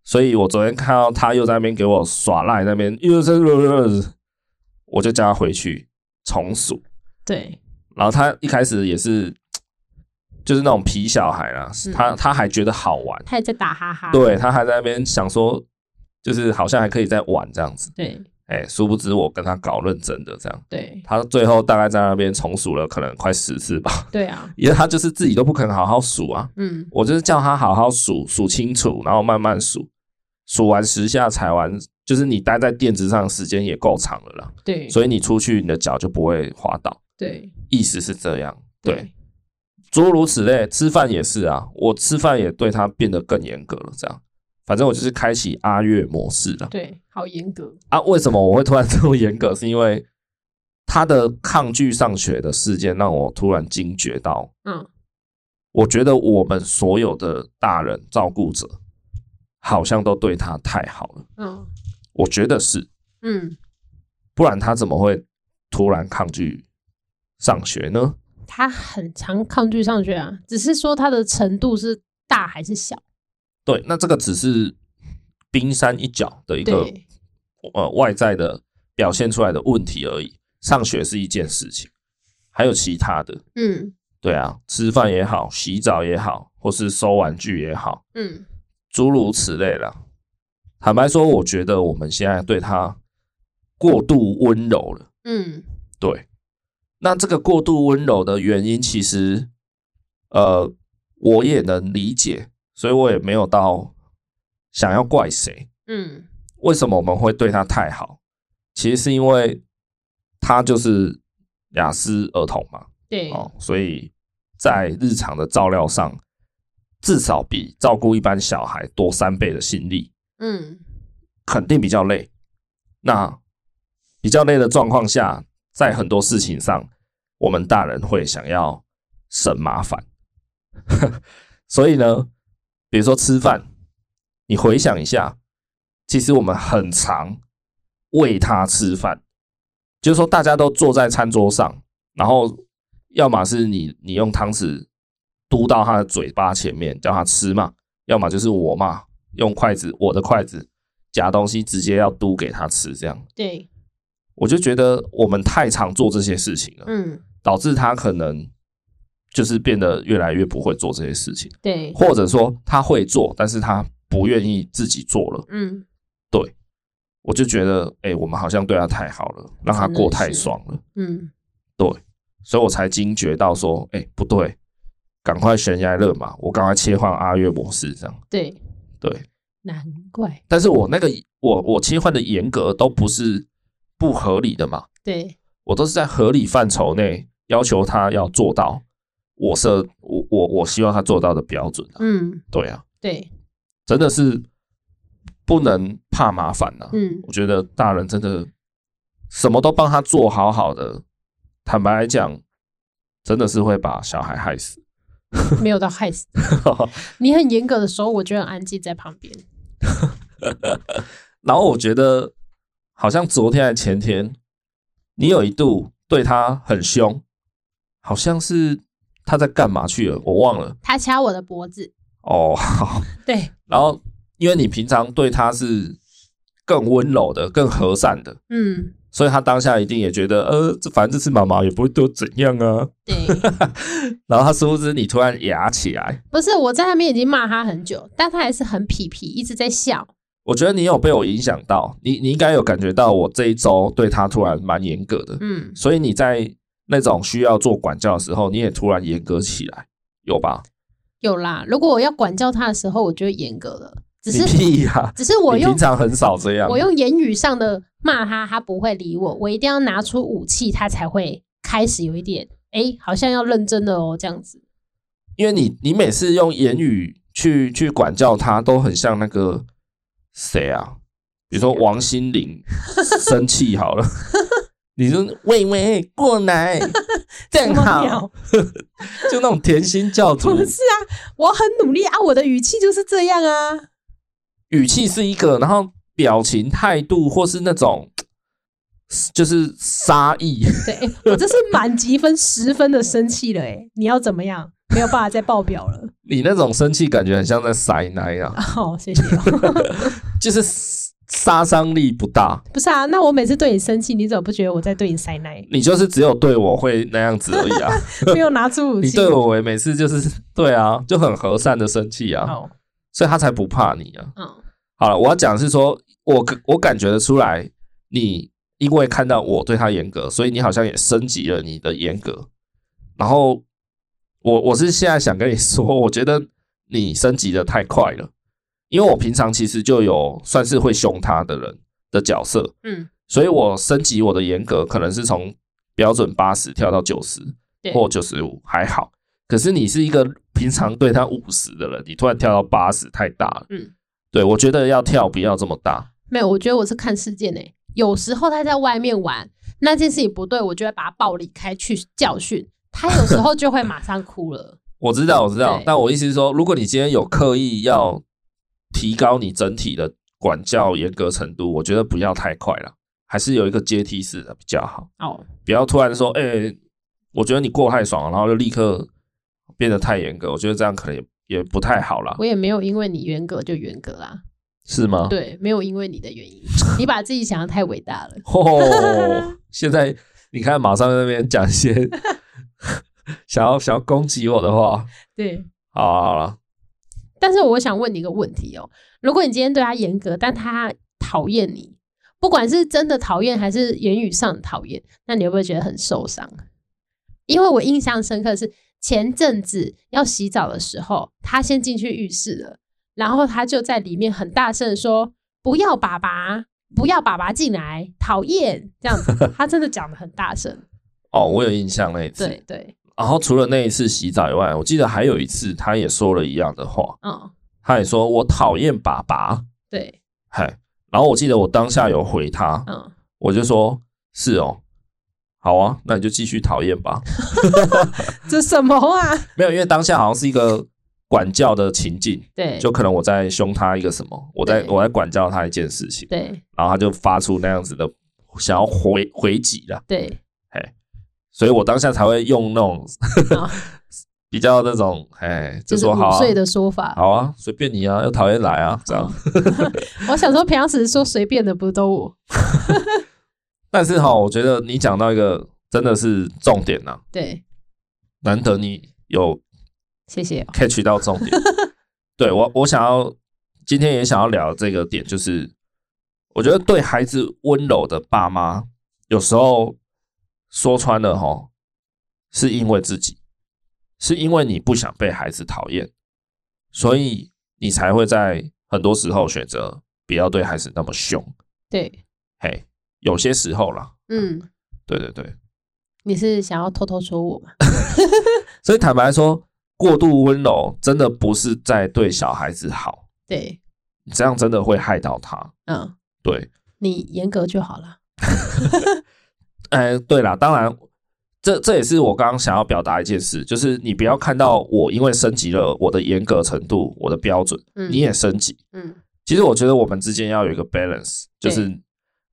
Speaker 2: 所以我昨天看到他又在那边给我耍赖，那边又在，我就叫他回去重数。
Speaker 3: 对
Speaker 2: 然后他一开始也是，就是那种皮小孩啦，
Speaker 3: 嗯
Speaker 2: 他他还觉得好玩，
Speaker 3: 他也在打哈哈。
Speaker 2: 对他还在那边想说，就是好像还可以再玩这样子，
Speaker 3: 对
Speaker 2: 哎，殊不知我跟他搞认真的这样，
Speaker 3: 对
Speaker 2: 他最后大概在那边重数了可能快十次吧，
Speaker 3: 对啊，
Speaker 2: 因为他就是自己都不肯好好数啊，
Speaker 3: 嗯，
Speaker 2: 我就是叫他好好数数清楚，然后慢慢数，数完十下踩完，就是你待在垫子上的时间也够长了啦，
Speaker 3: 对，
Speaker 2: 所以你出去你的脚就不会滑倒，
Speaker 3: 对
Speaker 2: 意思是这样，对。诸如此类，吃饭也是啊，我吃饭也对他变得更严格了。这样，反正我就是开启阿月模式了。
Speaker 3: 对，好严格。
Speaker 2: 啊，为什么我会突然这 么严格？是因为他的抗拒上学的事件让我突然惊觉到，
Speaker 3: 嗯，
Speaker 2: 我觉得我们所有的大人照顾者好像都对他太好了。
Speaker 3: 嗯
Speaker 2: 我觉得是，
Speaker 3: 嗯，
Speaker 2: 不然他怎么会突然抗拒上学呢？
Speaker 3: 他很常抗拒上学啊，只是说他的程度是大还是小。
Speaker 2: 对，那这个只是冰山一角的一个
Speaker 3: 对
Speaker 2: 呃外在的表现出来的问题而已。上学是一件事情，还有其他的，
Speaker 3: 嗯
Speaker 2: 对啊，吃饭也好，洗澡也好，或是收玩具也好，
Speaker 3: 嗯，
Speaker 2: 诸如此类啦。坦白说，我觉得我们现在对他过度温柔了。
Speaker 3: 嗯，
Speaker 2: 对，那这个过度温柔的原因，其实呃，我也能理解，所以我也没有到想要怪谁。
Speaker 3: 嗯，
Speaker 2: 为什么我们会对他太好？其实是因为他就是雅思儿童嘛，
Speaker 3: 对，
Speaker 2: 哦，所以在日常的照料上，至少比照顾一般小孩多三倍的心力，
Speaker 3: 嗯
Speaker 2: 肯定比较累。那比较累的状况下，在很多事情上，我们大人会想要省麻烦， 所以呢，比如说吃饭，你回想一下，其实我们很常喂他吃饭，就是说大家都坐在餐桌上，然后要么是你你用汤匙嘟到他的嘴巴前面叫他吃嘛，要么就是我嘛用筷子我的筷子夹东西直接要嘟给他吃，这样
Speaker 3: 对，
Speaker 2: 我就觉得我们太常做这些事情了，
Speaker 3: 嗯
Speaker 2: 导致他可能就是变得越来越不会做这些事情。
Speaker 3: 对，
Speaker 2: 或者说他会做，但是他不愿意自己做了，
Speaker 3: 嗯
Speaker 2: 我就觉得，哎、我们好像对他太好了，让他过太爽了，
Speaker 3: 嗯
Speaker 2: 所以我才惊觉到说，哎、不对，赶快悬崖勒马，我赶快切换阿月模式这样。
Speaker 3: 对，
Speaker 2: 对，
Speaker 3: 难怪，
Speaker 2: 但是我那个我我切换的严格都不是不合理的嘛，
Speaker 3: 对
Speaker 2: 我都是在合理范畴内要求他要做到我设我我我希望他做到的标准啊。
Speaker 3: 嗯
Speaker 2: 对啊，
Speaker 3: 对，
Speaker 2: 真的是不能怕麻烦呐、
Speaker 3: 嗯
Speaker 2: 我觉得大人真的什么都帮他做好好的，坦白来讲，真的是会把小孩害死。
Speaker 3: 没有到害死你很严格的时候，我就很安静在旁边。
Speaker 2: 然后我觉得，好像昨天还前天，你有一度对他很凶，好像是他在干嘛去了，我忘了
Speaker 3: 他掐我的脖子，
Speaker 2: 哦。好，
Speaker 3: 对，
Speaker 2: 然后因为你平常对他是更温柔的、更和善的，
Speaker 3: 嗯，
Speaker 2: 所以他当下一定也觉得，呃，这反正这次妈妈也不会对我怎样啊。
Speaker 3: 对，
Speaker 2: 然后他殊不知你突然哑起来，
Speaker 3: 不是我在那边已经骂他很久，但他还是很痞痞，一直在笑。
Speaker 2: 我觉得你有被我影响到，你你应该有感觉到我这一周对他突然蛮严格的，
Speaker 3: 嗯，
Speaker 2: 所以你在那种需要做管教的时候，你也突然严格起来，有吧？
Speaker 3: 有啦。如果我要管教他的时候，我就会严格了。只
Speaker 2: 你
Speaker 3: 是，
Speaker 2: 屁呀、
Speaker 3: 只是我
Speaker 2: 你
Speaker 3: 用
Speaker 2: 平常很少这样
Speaker 3: 我，用言语上的骂他，他不会理我。我一定要拿出武器，他才会开始有一点，哎，好像要认真的哦，这样子。
Speaker 2: 因为你你每次用言语去去管教他，都很像那个谁啊？比如说王心凌生气好了， 你就喂喂过 来，正
Speaker 3: 什么
Speaker 2: 好
Speaker 3: 鸟，
Speaker 2: 就那种甜心 教主
Speaker 3: 不，是啊，我很努力啊，我的语气就是这样啊。
Speaker 2: 语气是一个，然后表情、态度或是那种就是杀意，
Speaker 3: 对我这是满积分十分的生气了，哎，你要怎么样？没有办法再爆表了。
Speaker 2: 你那种生气感觉很像在塞奶啊，
Speaker 3: 好、谢谢、哦。
Speaker 2: 就是杀伤力不大，
Speaker 3: 不是啊，那我每次对你生气，你怎么不觉得我在对你塞 奶？
Speaker 2: 你就是只有对我会那样子而已啊。
Speaker 3: 没有拿出武器。
Speaker 2: 你对我为每次就是对啊，就很和善的生气啊，
Speaker 3: 哦，
Speaker 2: 所以他才不怕你啊。
Speaker 3: 嗯，
Speaker 2: 好了，我要讲的是说，我感我感觉得出来，你因为看到我对他严格，所以你好像也升级了你的严格。然后我我是现在想跟你说，我觉得你升级的太快了，因为我平常其实就有算是会凶他的人的角色，
Speaker 3: 嗯，
Speaker 2: 所以我升级我的严格可能是从标准八十跳到九十
Speaker 3: 对，
Speaker 2: 或九十五还好，可是你是一个平常对他五十的人，你突然跳到八十太大了。
Speaker 3: 嗯，
Speaker 2: 对我觉得要跳不要这么大。
Speaker 3: 没有，我觉得我是看事件呢、有时候他在外面玩，那件事情不对，我就会把他暴力开去教训他。有时候就会马上哭了。
Speaker 2: 我知道，我知道
Speaker 3: 对，
Speaker 2: 但我意思是说，如果你今天有刻意要提高你整体的管教严格程度，我觉得不要太快了，还是有一个阶梯式的比较好。
Speaker 3: 哦，
Speaker 2: 不要突然说，哎、我觉得你过太爽了，然后就立刻
Speaker 3: 哦
Speaker 2: 变得太严格，我觉得这样可能也也不太好啦。
Speaker 3: 我也没有因为你严格就严格啦。
Speaker 2: 是 吗？
Speaker 3: 对，没有因为你的原因，你把自己想的太伟大了。
Speaker 2: 哦，现在你看，马上在那边讲一 些想要想要攻击我的话，
Speaker 3: 对，
Speaker 2: 好啊好了，
Speaker 3: 但是我想问你一个问题哦，如果你今天对他严格，但他讨厌你，不管是真的讨厌还是言语上的讨厌，那你会不会觉得很受伤？因为我印象深刻的是前阵子要洗澡的时候，他先进去浴室了，然后他就在里面很大声地说：“不要爸爸，不要爸爸进来，讨厌！”这样 子，他真的讲的很大声。
Speaker 2: 哦，我有印象那一次。
Speaker 3: 对对，
Speaker 2: 然后除了那一次洗澡以外，我记得还有一次，他也说了一样的话，
Speaker 3: 嗯，
Speaker 2: 他也说我讨厌爸爸，
Speaker 3: 对，
Speaker 2: 嗨。然后我记得我当下有回 他，
Speaker 3: 嗯，
Speaker 2: 我就说是哦，好啊，那你就继续讨厌吧。
Speaker 3: 这什么啊？
Speaker 2: 没有，因为当下好像是一个管教的情境，
Speaker 3: 对，
Speaker 2: 就可能我在凶他一个什么，我在
Speaker 3: 对
Speaker 2: 我在管教他一件事情，
Speaker 3: 对
Speaker 2: 然后他就发出那样子的想要回回击了，
Speaker 3: 对，
Speaker 2: 所以我当下才会用那种
Speaker 3: 好
Speaker 2: 比较那种哎，就
Speaker 3: 这
Speaker 2: 是说好
Speaker 3: 哦五
Speaker 2: 啊，
Speaker 3: 岁的说法。哦
Speaker 2: 好啊，随便你啊，要讨厌来啊，这样。
Speaker 3: 我想说，平常时说随便的不是都我？
Speaker 2: 但是哈，我觉得你讲到一个真的是重点呐、
Speaker 3: 对，
Speaker 2: 难得你有
Speaker 3: 谢谢哦。
Speaker 2: catch 到重点。对我，我想要今天也想要聊这个点，就是我觉得对孩子温柔的爸妈，有时候说穿了哈，是因为自己，是因为你不想被孩子讨厌，所以你才会在很多时候选择不要对孩子那么凶。
Speaker 3: 对，
Speaker 2: 嘿，有些时候啦，
Speaker 3: 嗯，
Speaker 2: 对对对。
Speaker 3: 你是想要偷偷说我吗？
Speaker 2: 所以坦白说，过度温柔真的不是在对小孩子好，
Speaker 3: 对，
Speaker 2: 你这样真的会害到他。
Speaker 3: 嗯，
Speaker 2: 对，
Speaker 3: 你严格就好了。
Speaker 2: 哎，对啦，当然，这这也是我刚刚想要表达一件事，就是你不要看到我因为升级了我的严格程度，我的标准，
Speaker 3: 嗯，
Speaker 2: 你也升级。
Speaker 3: 嗯，
Speaker 2: 其实我觉得我们之间要有一个 balance，就
Speaker 3: 对
Speaker 2: 是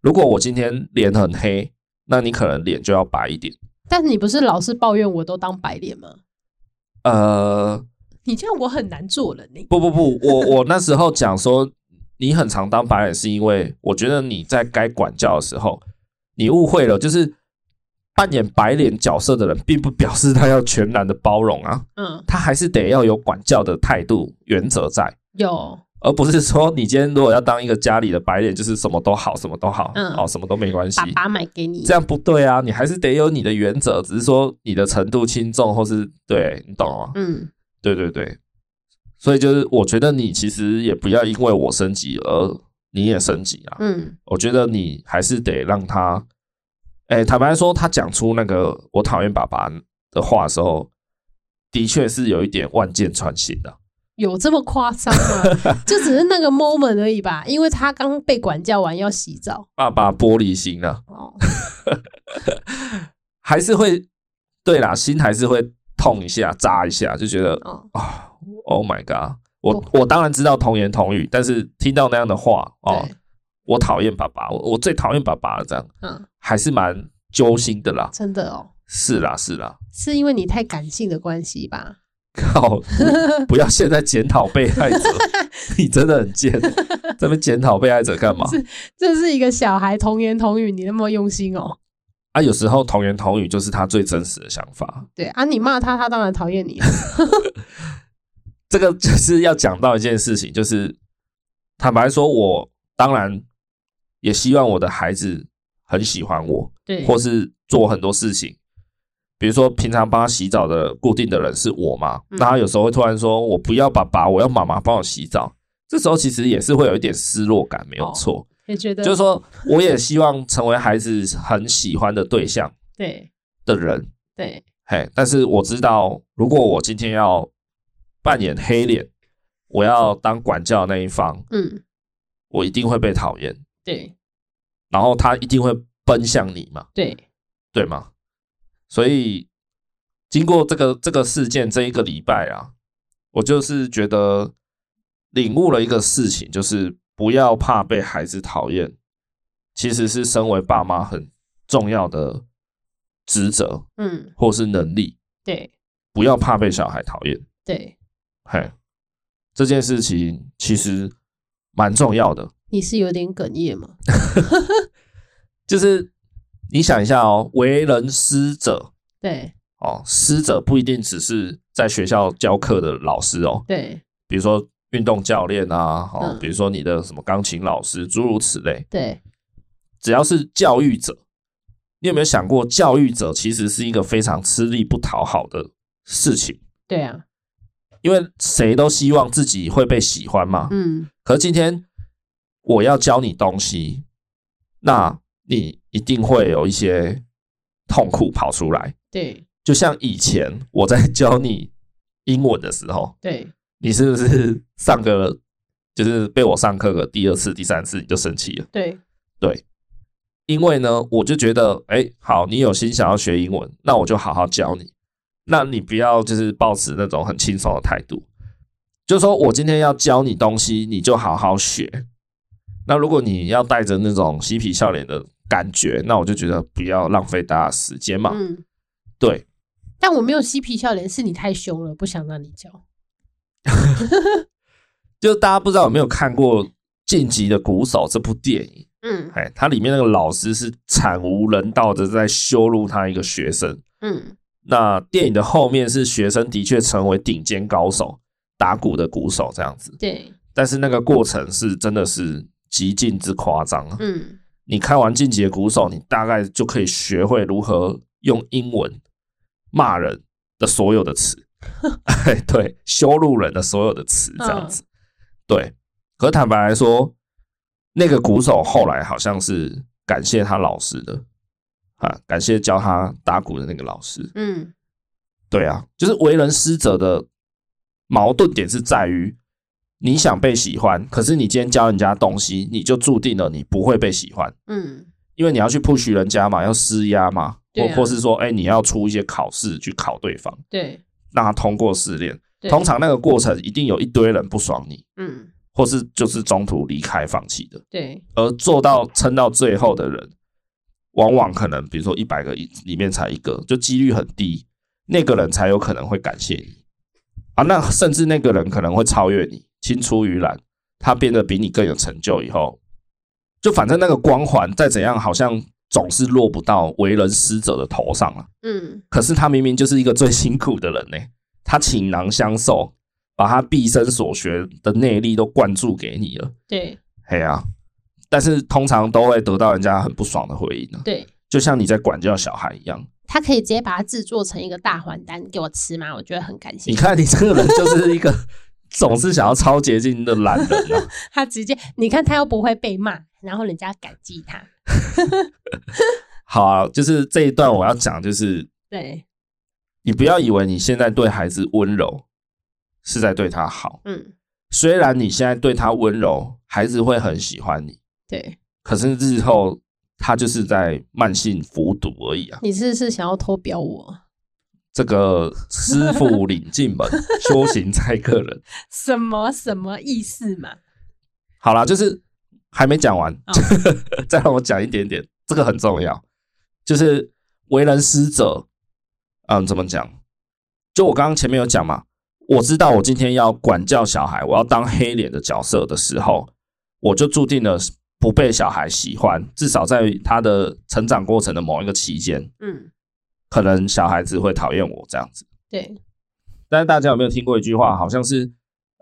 Speaker 2: 如果我今天脸很黑，那你可能脸就要白一点。
Speaker 3: 但你不是老是抱怨我都当白脸吗？
Speaker 2: 呃，
Speaker 3: 你这样我很难做人呢。
Speaker 2: 不不不，我我那时候讲说，你很常当白脸，是因为我觉得你在该管教的时候，你误会了，就是扮演白脸角色的人，并不表示他要全然的包容啊，
Speaker 3: 嗯，
Speaker 2: 他还是得要有管教的态度原则在，
Speaker 3: 有，
Speaker 2: 而不是说你今天如果要当一个家里的白脸，就是什么都好，什么都好，
Speaker 3: 嗯
Speaker 2: 哦，什么都没关系
Speaker 3: 爸。爸买给你
Speaker 2: 这。样不对啊，你还是得有你的原则，只是说你的程度轻重，或是对你懂吗？
Speaker 3: 嗯，
Speaker 2: 对对对，所以就是我觉得你其实也不要因为我升级而你也升级啊。
Speaker 3: 嗯，
Speaker 2: 我觉得你还是得让他，哎，坦白说，他讲出那个我讨厌爸爸的话的时候，的确是有一点万箭穿心啊的。
Speaker 3: 有这么夸张吗？ 就只是那个 moment 而已吧，因为他刚被管教完要洗澡。
Speaker 2: 爸爸玻璃心啊，
Speaker 3: 哦，
Speaker 2: 还是会，对啦，心还是会痛一下、扎一下，就觉得
Speaker 3: 哦，
Speaker 2: 啊，Oh my god！我我当然知道童言童语，但是听到那样的话哦，
Speaker 3: 对，
Speaker 2: 我讨厌爸爸，我我最讨厌爸爸了，这样。
Speaker 3: 嗯，
Speaker 2: 还是蛮揪心的啦。
Speaker 3: 真的哦，
Speaker 2: 是啦，是啦，
Speaker 3: 是因为你太感性的关系吧？
Speaker 2: 靠，不要现在检讨被害者，你真的很贱，这边检讨被害者干嘛？
Speaker 3: 这是一个小孩童言童语，你那么用心哦。
Speaker 2: 啊，有时候童言童语就是他最真实的想法。
Speaker 3: 对啊，你骂他，他当然讨厌你。啊
Speaker 2: 这个 就是要讲到一件事情，就是坦白说，我当然也希望我的孩子很喜欢我，
Speaker 3: 对
Speaker 2: 或是做很多事情。比如说，平常帮他洗澡的固定的人是我嘛，
Speaker 3: 嗯
Speaker 2: 那他有时候会突然说：“我不要爸爸，我要妈妈帮我洗澡。”这时候其实也是会有一点失落感，没
Speaker 3: 哦
Speaker 2: 有错。
Speaker 3: 也觉得
Speaker 2: 就是说，我也希望成为孩子很喜欢的对象
Speaker 3: 对
Speaker 2: 的人，
Speaker 3: 对，
Speaker 2: 嘿，但是我知道，如果我今天要扮演黑脸，我要当管教的那一方，
Speaker 3: 嗯，
Speaker 2: 我一定会被讨厌，
Speaker 3: 对
Speaker 2: 然后他一定会奔向你嘛，
Speaker 3: 对，
Speaker 2: 对吗？所以经过这个这个事件这一个礼拜啊，我就是觉得领悟了一个事情，就是不要怕被孩子讨厌，其实是身为爸妈很重要的职责
Speaker 3: 嗯
Speaker 2: 或是能力，
Speaker 3: 对
Speaker 2: 不要怕被小孩讨厌。
Speaker 3: 对，
Speaker 2: 嘿，这件事情其实蛮重要的。
Speaker 3: 你是有点哽咽吗？
Speaker 2: 就是你想一下哦，为人师者
Speaker 3: 对
Speaker 2: 哦，师者不一定只是在学校教课的老师哦，
Speaker 3: 对
Speaker 2: 比如说运动教练啊，哦，
Speaker 3: 嗯
Speaker 2: 比如说你的什么钢琴老师，诸如此类，
Speaker 3: 对，
Speaker 2: 只要是教育者，你有没有想过，教育者其实是一个非常吃力不讨好的事情？
Speaker 3: 对啊，
Speaker 2: 因为谁都希望自己会被喜欢嘛。
Speaker 3: 嗯，
Speaker 2: 可是今天我要教你东西，那你一定会有一些痛苦跑出来。
Speaker 3: 对
Speaker 2: 就像以前我在教你英文的时候，
Speaker 3: 对
Speaker 2: 你是不是上个就是被我上课个第二次、第三次你就生气了？
Speaker 3: 对
Speaker 2: 因为呢，我就觉得，哎，好，你有心想要学英文，那我就好好教你。那你不要就是抱持那种很轻松的态度，就是说我今天要教你东西，你就好好学。那如果你要带着那种嬉皮笑脸的感觉，那我就觉得不要浪费大家时间嘛。
Speaker 3: 嗯。
Speaker 2: 对，
Speaker 3: 但我没有嬉皮笑脸，是你太凶了，不想让你教。
Speaker 2: 就是大家不知道有没有看过《晋级的鼓手》这部电影？
Speaker 3: 嗯
Speaker 2: 哎，它里面那个老师是惨无人道的在羞辱他一个学生。
Speaker 3: 嗯，
Speaker 2: 那电影的后面是学生的确成为顶尖高手，打鼓的鼓手这样子，
Speaker 3: 对，
Speaker 2: 但是那个过程是真的是极尽之夸张啊！
Speaker 3: 嗯
Speaker 2: 你看完《进击的鼓手》，你大概就可以学会如何用英文骂人的所有的词，哎，对，羞辱人的所有的词这样子，对。可是坦白来说，那个鼓手后来好像是感谢他老师的啊，感谢教他打鼓的那个老师，
Speaker 3: 嗯，
Speaker 2: 对啊，就是为人师者的矛盾点是在于，你想被喜欢，可是你今天教人家东西，你就注定了你不会被喜欢，
Speaker 3: 嗯，
Speaker 2: 因为你要去 push 人家嘛，要施压嘛，
Speaker 3: 对
Speaker 2: 或、
Speaker 3: 啊
Speaker 2: 或是说，哎、你要出一些考试去考对方，
Speaker 3: 对，
Speaker 2: 让他通过试炼。
Speaker 3: 对
Speaker 2: 通，常那个过程一定有一堆人不爽你，
Speaker 3: 嗯，
Speaker 2: 或是就是中途离开放弃的，
Speaker 3: 对，
Speaker 2: 而做到撑到最后的人，往往可能比如说一百个里里面才一个，就几率很低，那个人才有可能会感谢你啊。那甚至那个人可能会超越你，青出于蓝，他变得比你更有成就以后，就反正那个光环再怎样，好像总是落不到为人师者的头上了。
Speaker 3: 嗯，
Speaker 2: 可是他明明就是一个最辛苦的人呢、他倾囊相授，把他毕生所学的内力都灌注给你了。
Speaker 3: 对
Speaker 2: 嘿啊，但是通常都会得到人家很不爽的回应呢、
Speaker 3: 对，
Speaker 2: 就像你在管教小孩一样。
Speaker 3: 他可以直接把它制作成一个大还单给我吃吗？我觉得很感谢
Speaker 2: 你。看你这个人就是一个总是想要超捷径的懒人啊。
Speaker 3: 他直接，你看他又不会被骂，然后人家感激他。
Speaker 2: 好啊，就是这一段我要讲，就是
Speaker 3: 对，
Speaker 2: 你不要以为你现在对孩子温柔是在对他好，
Speaker 3: 嗯，
Speaker 2: 虽然你现在对他温柔，孩子会很喜欢你，
Speaker 3: 对，
Speaker 2: 可是日后他就是在慢性服毒而已啊。
Speaker 3: 你是不是想要偷表我？
Speaker 2: 这个师傅领进门，修行在个人。
Speaker 3: 什么什么意思嘛？
Speaker 2: 好啦，就是还没讲完，
Speaker 3: 哦
Speaker 2: 再让我讲一点点，这个很重要。就是为人师者，嗯，怎么讲？就我刚刚前面有讲嘛，我知道我今天要管教小孩，我要当黑脸的角色的时候，我就注定了不被小孩喜欢，至少在他的成长过程的某一个期间，
Speaker 3: 嗯，
Speaker 2: 可能小孩子会讨厌我这样子。
Speaker 3: 对，
Speaker 2: 但是大家有没有听过一句话，好像是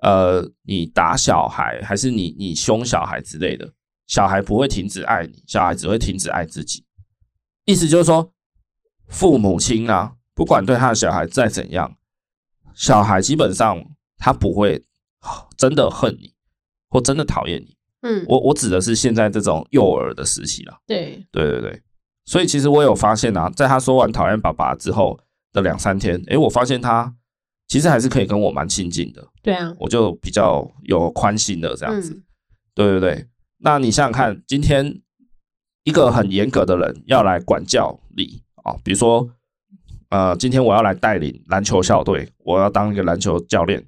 Speaker 2: 呃，你打小孩还是你你凶小孩之类的，小孩不会停止爱你，小孩只会停止爱自己。意思就是说，父母亲啊，不管对他的小孩再怎样，小孩基本上他不会啊真的恨你或真的讨厌你。
Speaker 3: 嗯，
Speaker 2: 我我指的是现在这种幼儿的时期啦。
Speaker 3: 对，
Speaker 2: 对对对，所以其实我有发现啊，在他说完讨厌爸爸之后的两三天，诶，我发现他其实还是可以跟我蛮亲近的，
Speaker 3: 对啊，
Speaker 2: 我就比较有宽心的这样子。
Speaker 3: 嗯，
Speaker 2: 对对对，那你想想看，今天一个很严格的人要来管教你啊、哦比如说，呃，今天我要来带领篮球校队，我要当一个篮球教练，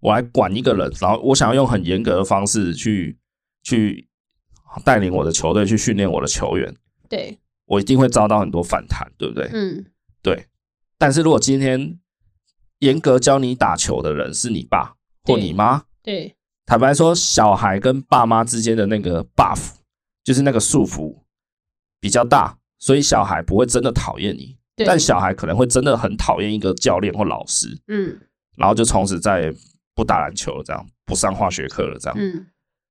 Speaker 2: 我来管一个人，然后我想要用很严格的方式去去带领我的球队，去训练我的球员。
Speaker 3: 对，
Speaker 2: 我一定会遭到很多反弹，对不对？
Speaker 3: 嗯，
Speaker 2: 对。但是如果今天严格教你打球的人是你爸或
Speaker 3: 对
Speaker 2: 你妈，
Speaker 3: 对，
Speaker 2: 坦白说，小孩跟爸妈之间的那个 buff，就是那个束缚比较大，所以小孩不会真的讨厌你，
Speaker 3: 对，
Speaker 2: 但小孩可能会真的很讨厌一个教练或老师，
Speaker 3: 嗯
Speaker 2: 然后就从此再也不打篮球了，这样不上化学课了，这样。
Speaker 3: 嗯，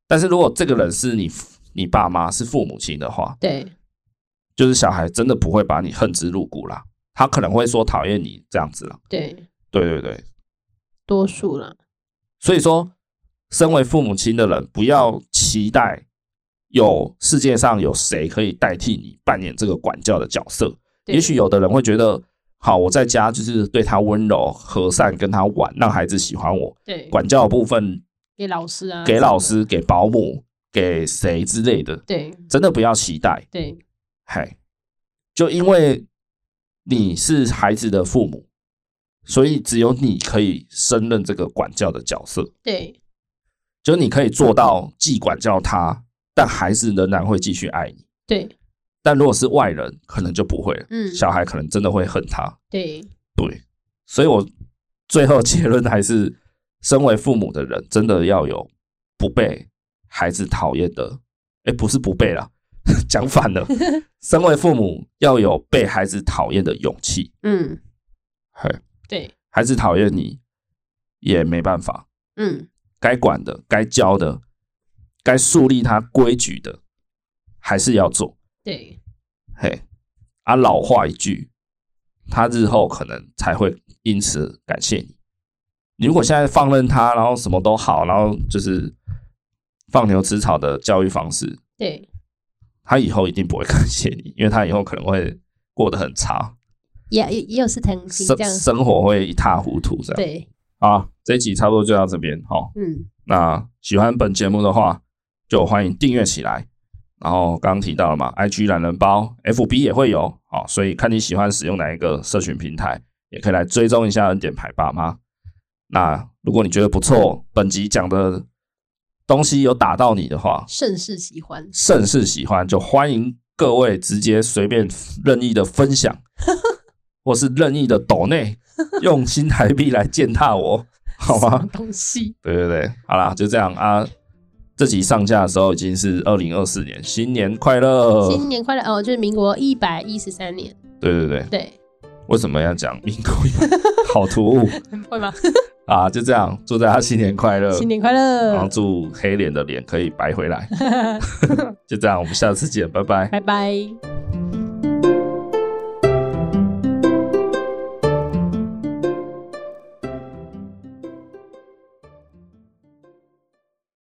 Speaker 2: 但是如果这个人是你你爸妈是父母亲的话，
Speaker 3: 对，
Speaker 2: 就是小孩真的不会把你恨之入骨啦，他可能会说讨厌你这样子啦。
Speaker 3: 对，
Speaker 2: 对对对，
Speaker 3: 多数了，
Speaker 2: 所以说，身为父母亲的人，不要期待有世界上有谁可以代替你扮演这个管教的角色。
Speaker 3: 对
Speaker 2: 也许有的人会觉得，好，我在家就是对他温柔和善，跟他玩，让孩子喜欢我。
Speaker 3: 对，
Speaker 2: 管教的部分
Speaker 3: 给老师啊，
Speaker 2: 给老，师、给保姆、给谁之类的，
Speaker 3: 对
Speaker 2: 真的不要期待。
Speaker 3: 对
Speaker 2: 嗨，就因为你是孩子的父母，所以只有你可以胜任这个管教的角色。
Speaker 3: 对
Speaker 2: 就是你可以做到既管教他，但还是仍然会继续爱你。
Speaker 3: 对
Speaker 2: 但如果是外人，可能就不会了。
Speaker 3: 嗯
Speaker 2: 小孩可能真的会恨他。
Speaker 3: 对，
Speaker 2: 对，所以我最后结论还是，身为父母的人，真的要有不被孩子讨厌的，哎，不是不被啦， 讲反了。身为父母要有被孩子讨厌的勇气。
Speaker 3: 嗯
Speaker 2: 嘿，
Speaker 3: 对，
Speaker 2: 孩子讨厌你也没办法，
Speaker 3: 嗯
Speaker 2: 该管的、该教的、该树立他规矩的，还是要做。
Speaker 3: 对
Speaker 2: 嘿，啊，老话一句，他日后可能才会因此感谢你。你如果现在放任他，然后什么都好，然后就是放牛吃草的教育方式，
Speaker 3: 对
Speaker 2: 他以后一定不会 感谢你，因为他以后可能会过得很差，
Speaker 3: 也也也有是疼心
Speaker 2: 生
Speaker 3: 这样，
Speaker 2: 生活会一塌糊涂这样。
Speaker 3: 对，
Speaker 2: 啊，这一集差不多就到这边，好、
Speaker 3: 嗯
Speaker 2: 那喜欢本节目的话，就欢迎订阅起来。然后刚刚提到了嘛，IG 懒人包，FB 也会有，好、所以看你喜欢使用哪一个社群平台，也可以来追踪一下恩典牌爸妈。那如果你觉得不错，本集讲的东西有打到你的话，
Speaker 3: 盛世喜欢，
Speaker 2: 甚是喜欢，就欢迎各位直接随便任意的分享，或是任意的抖内，用新台币来践踏我， 好啊
Speaker 3: 什
Speaker 2: 吗
Speaker 3: 么？东西，
Speaker 2: 对对对，好啦，就这样啊。这集上架的时候已经是二零二四年，新年快乐！
Speaker 3: 新年快乐哦，就是民国一百一十三年，
Speaker 2: 对对对，
Speaker 3: 对，
Speaker 2: 为什么要讲民国一 百？好突兀
Speaker 3: 嗯会吗？
Speaker 2: 啊！就这样，祝大家新年快乐，
Speaker 3: 新年快
Speaker 2: 然后
Speaker 3: 乐，
Speaker 2: 祝黑脸的脸可以白回来。就这样，我们下次见，拜拜。
Speaker 3: 拜拜。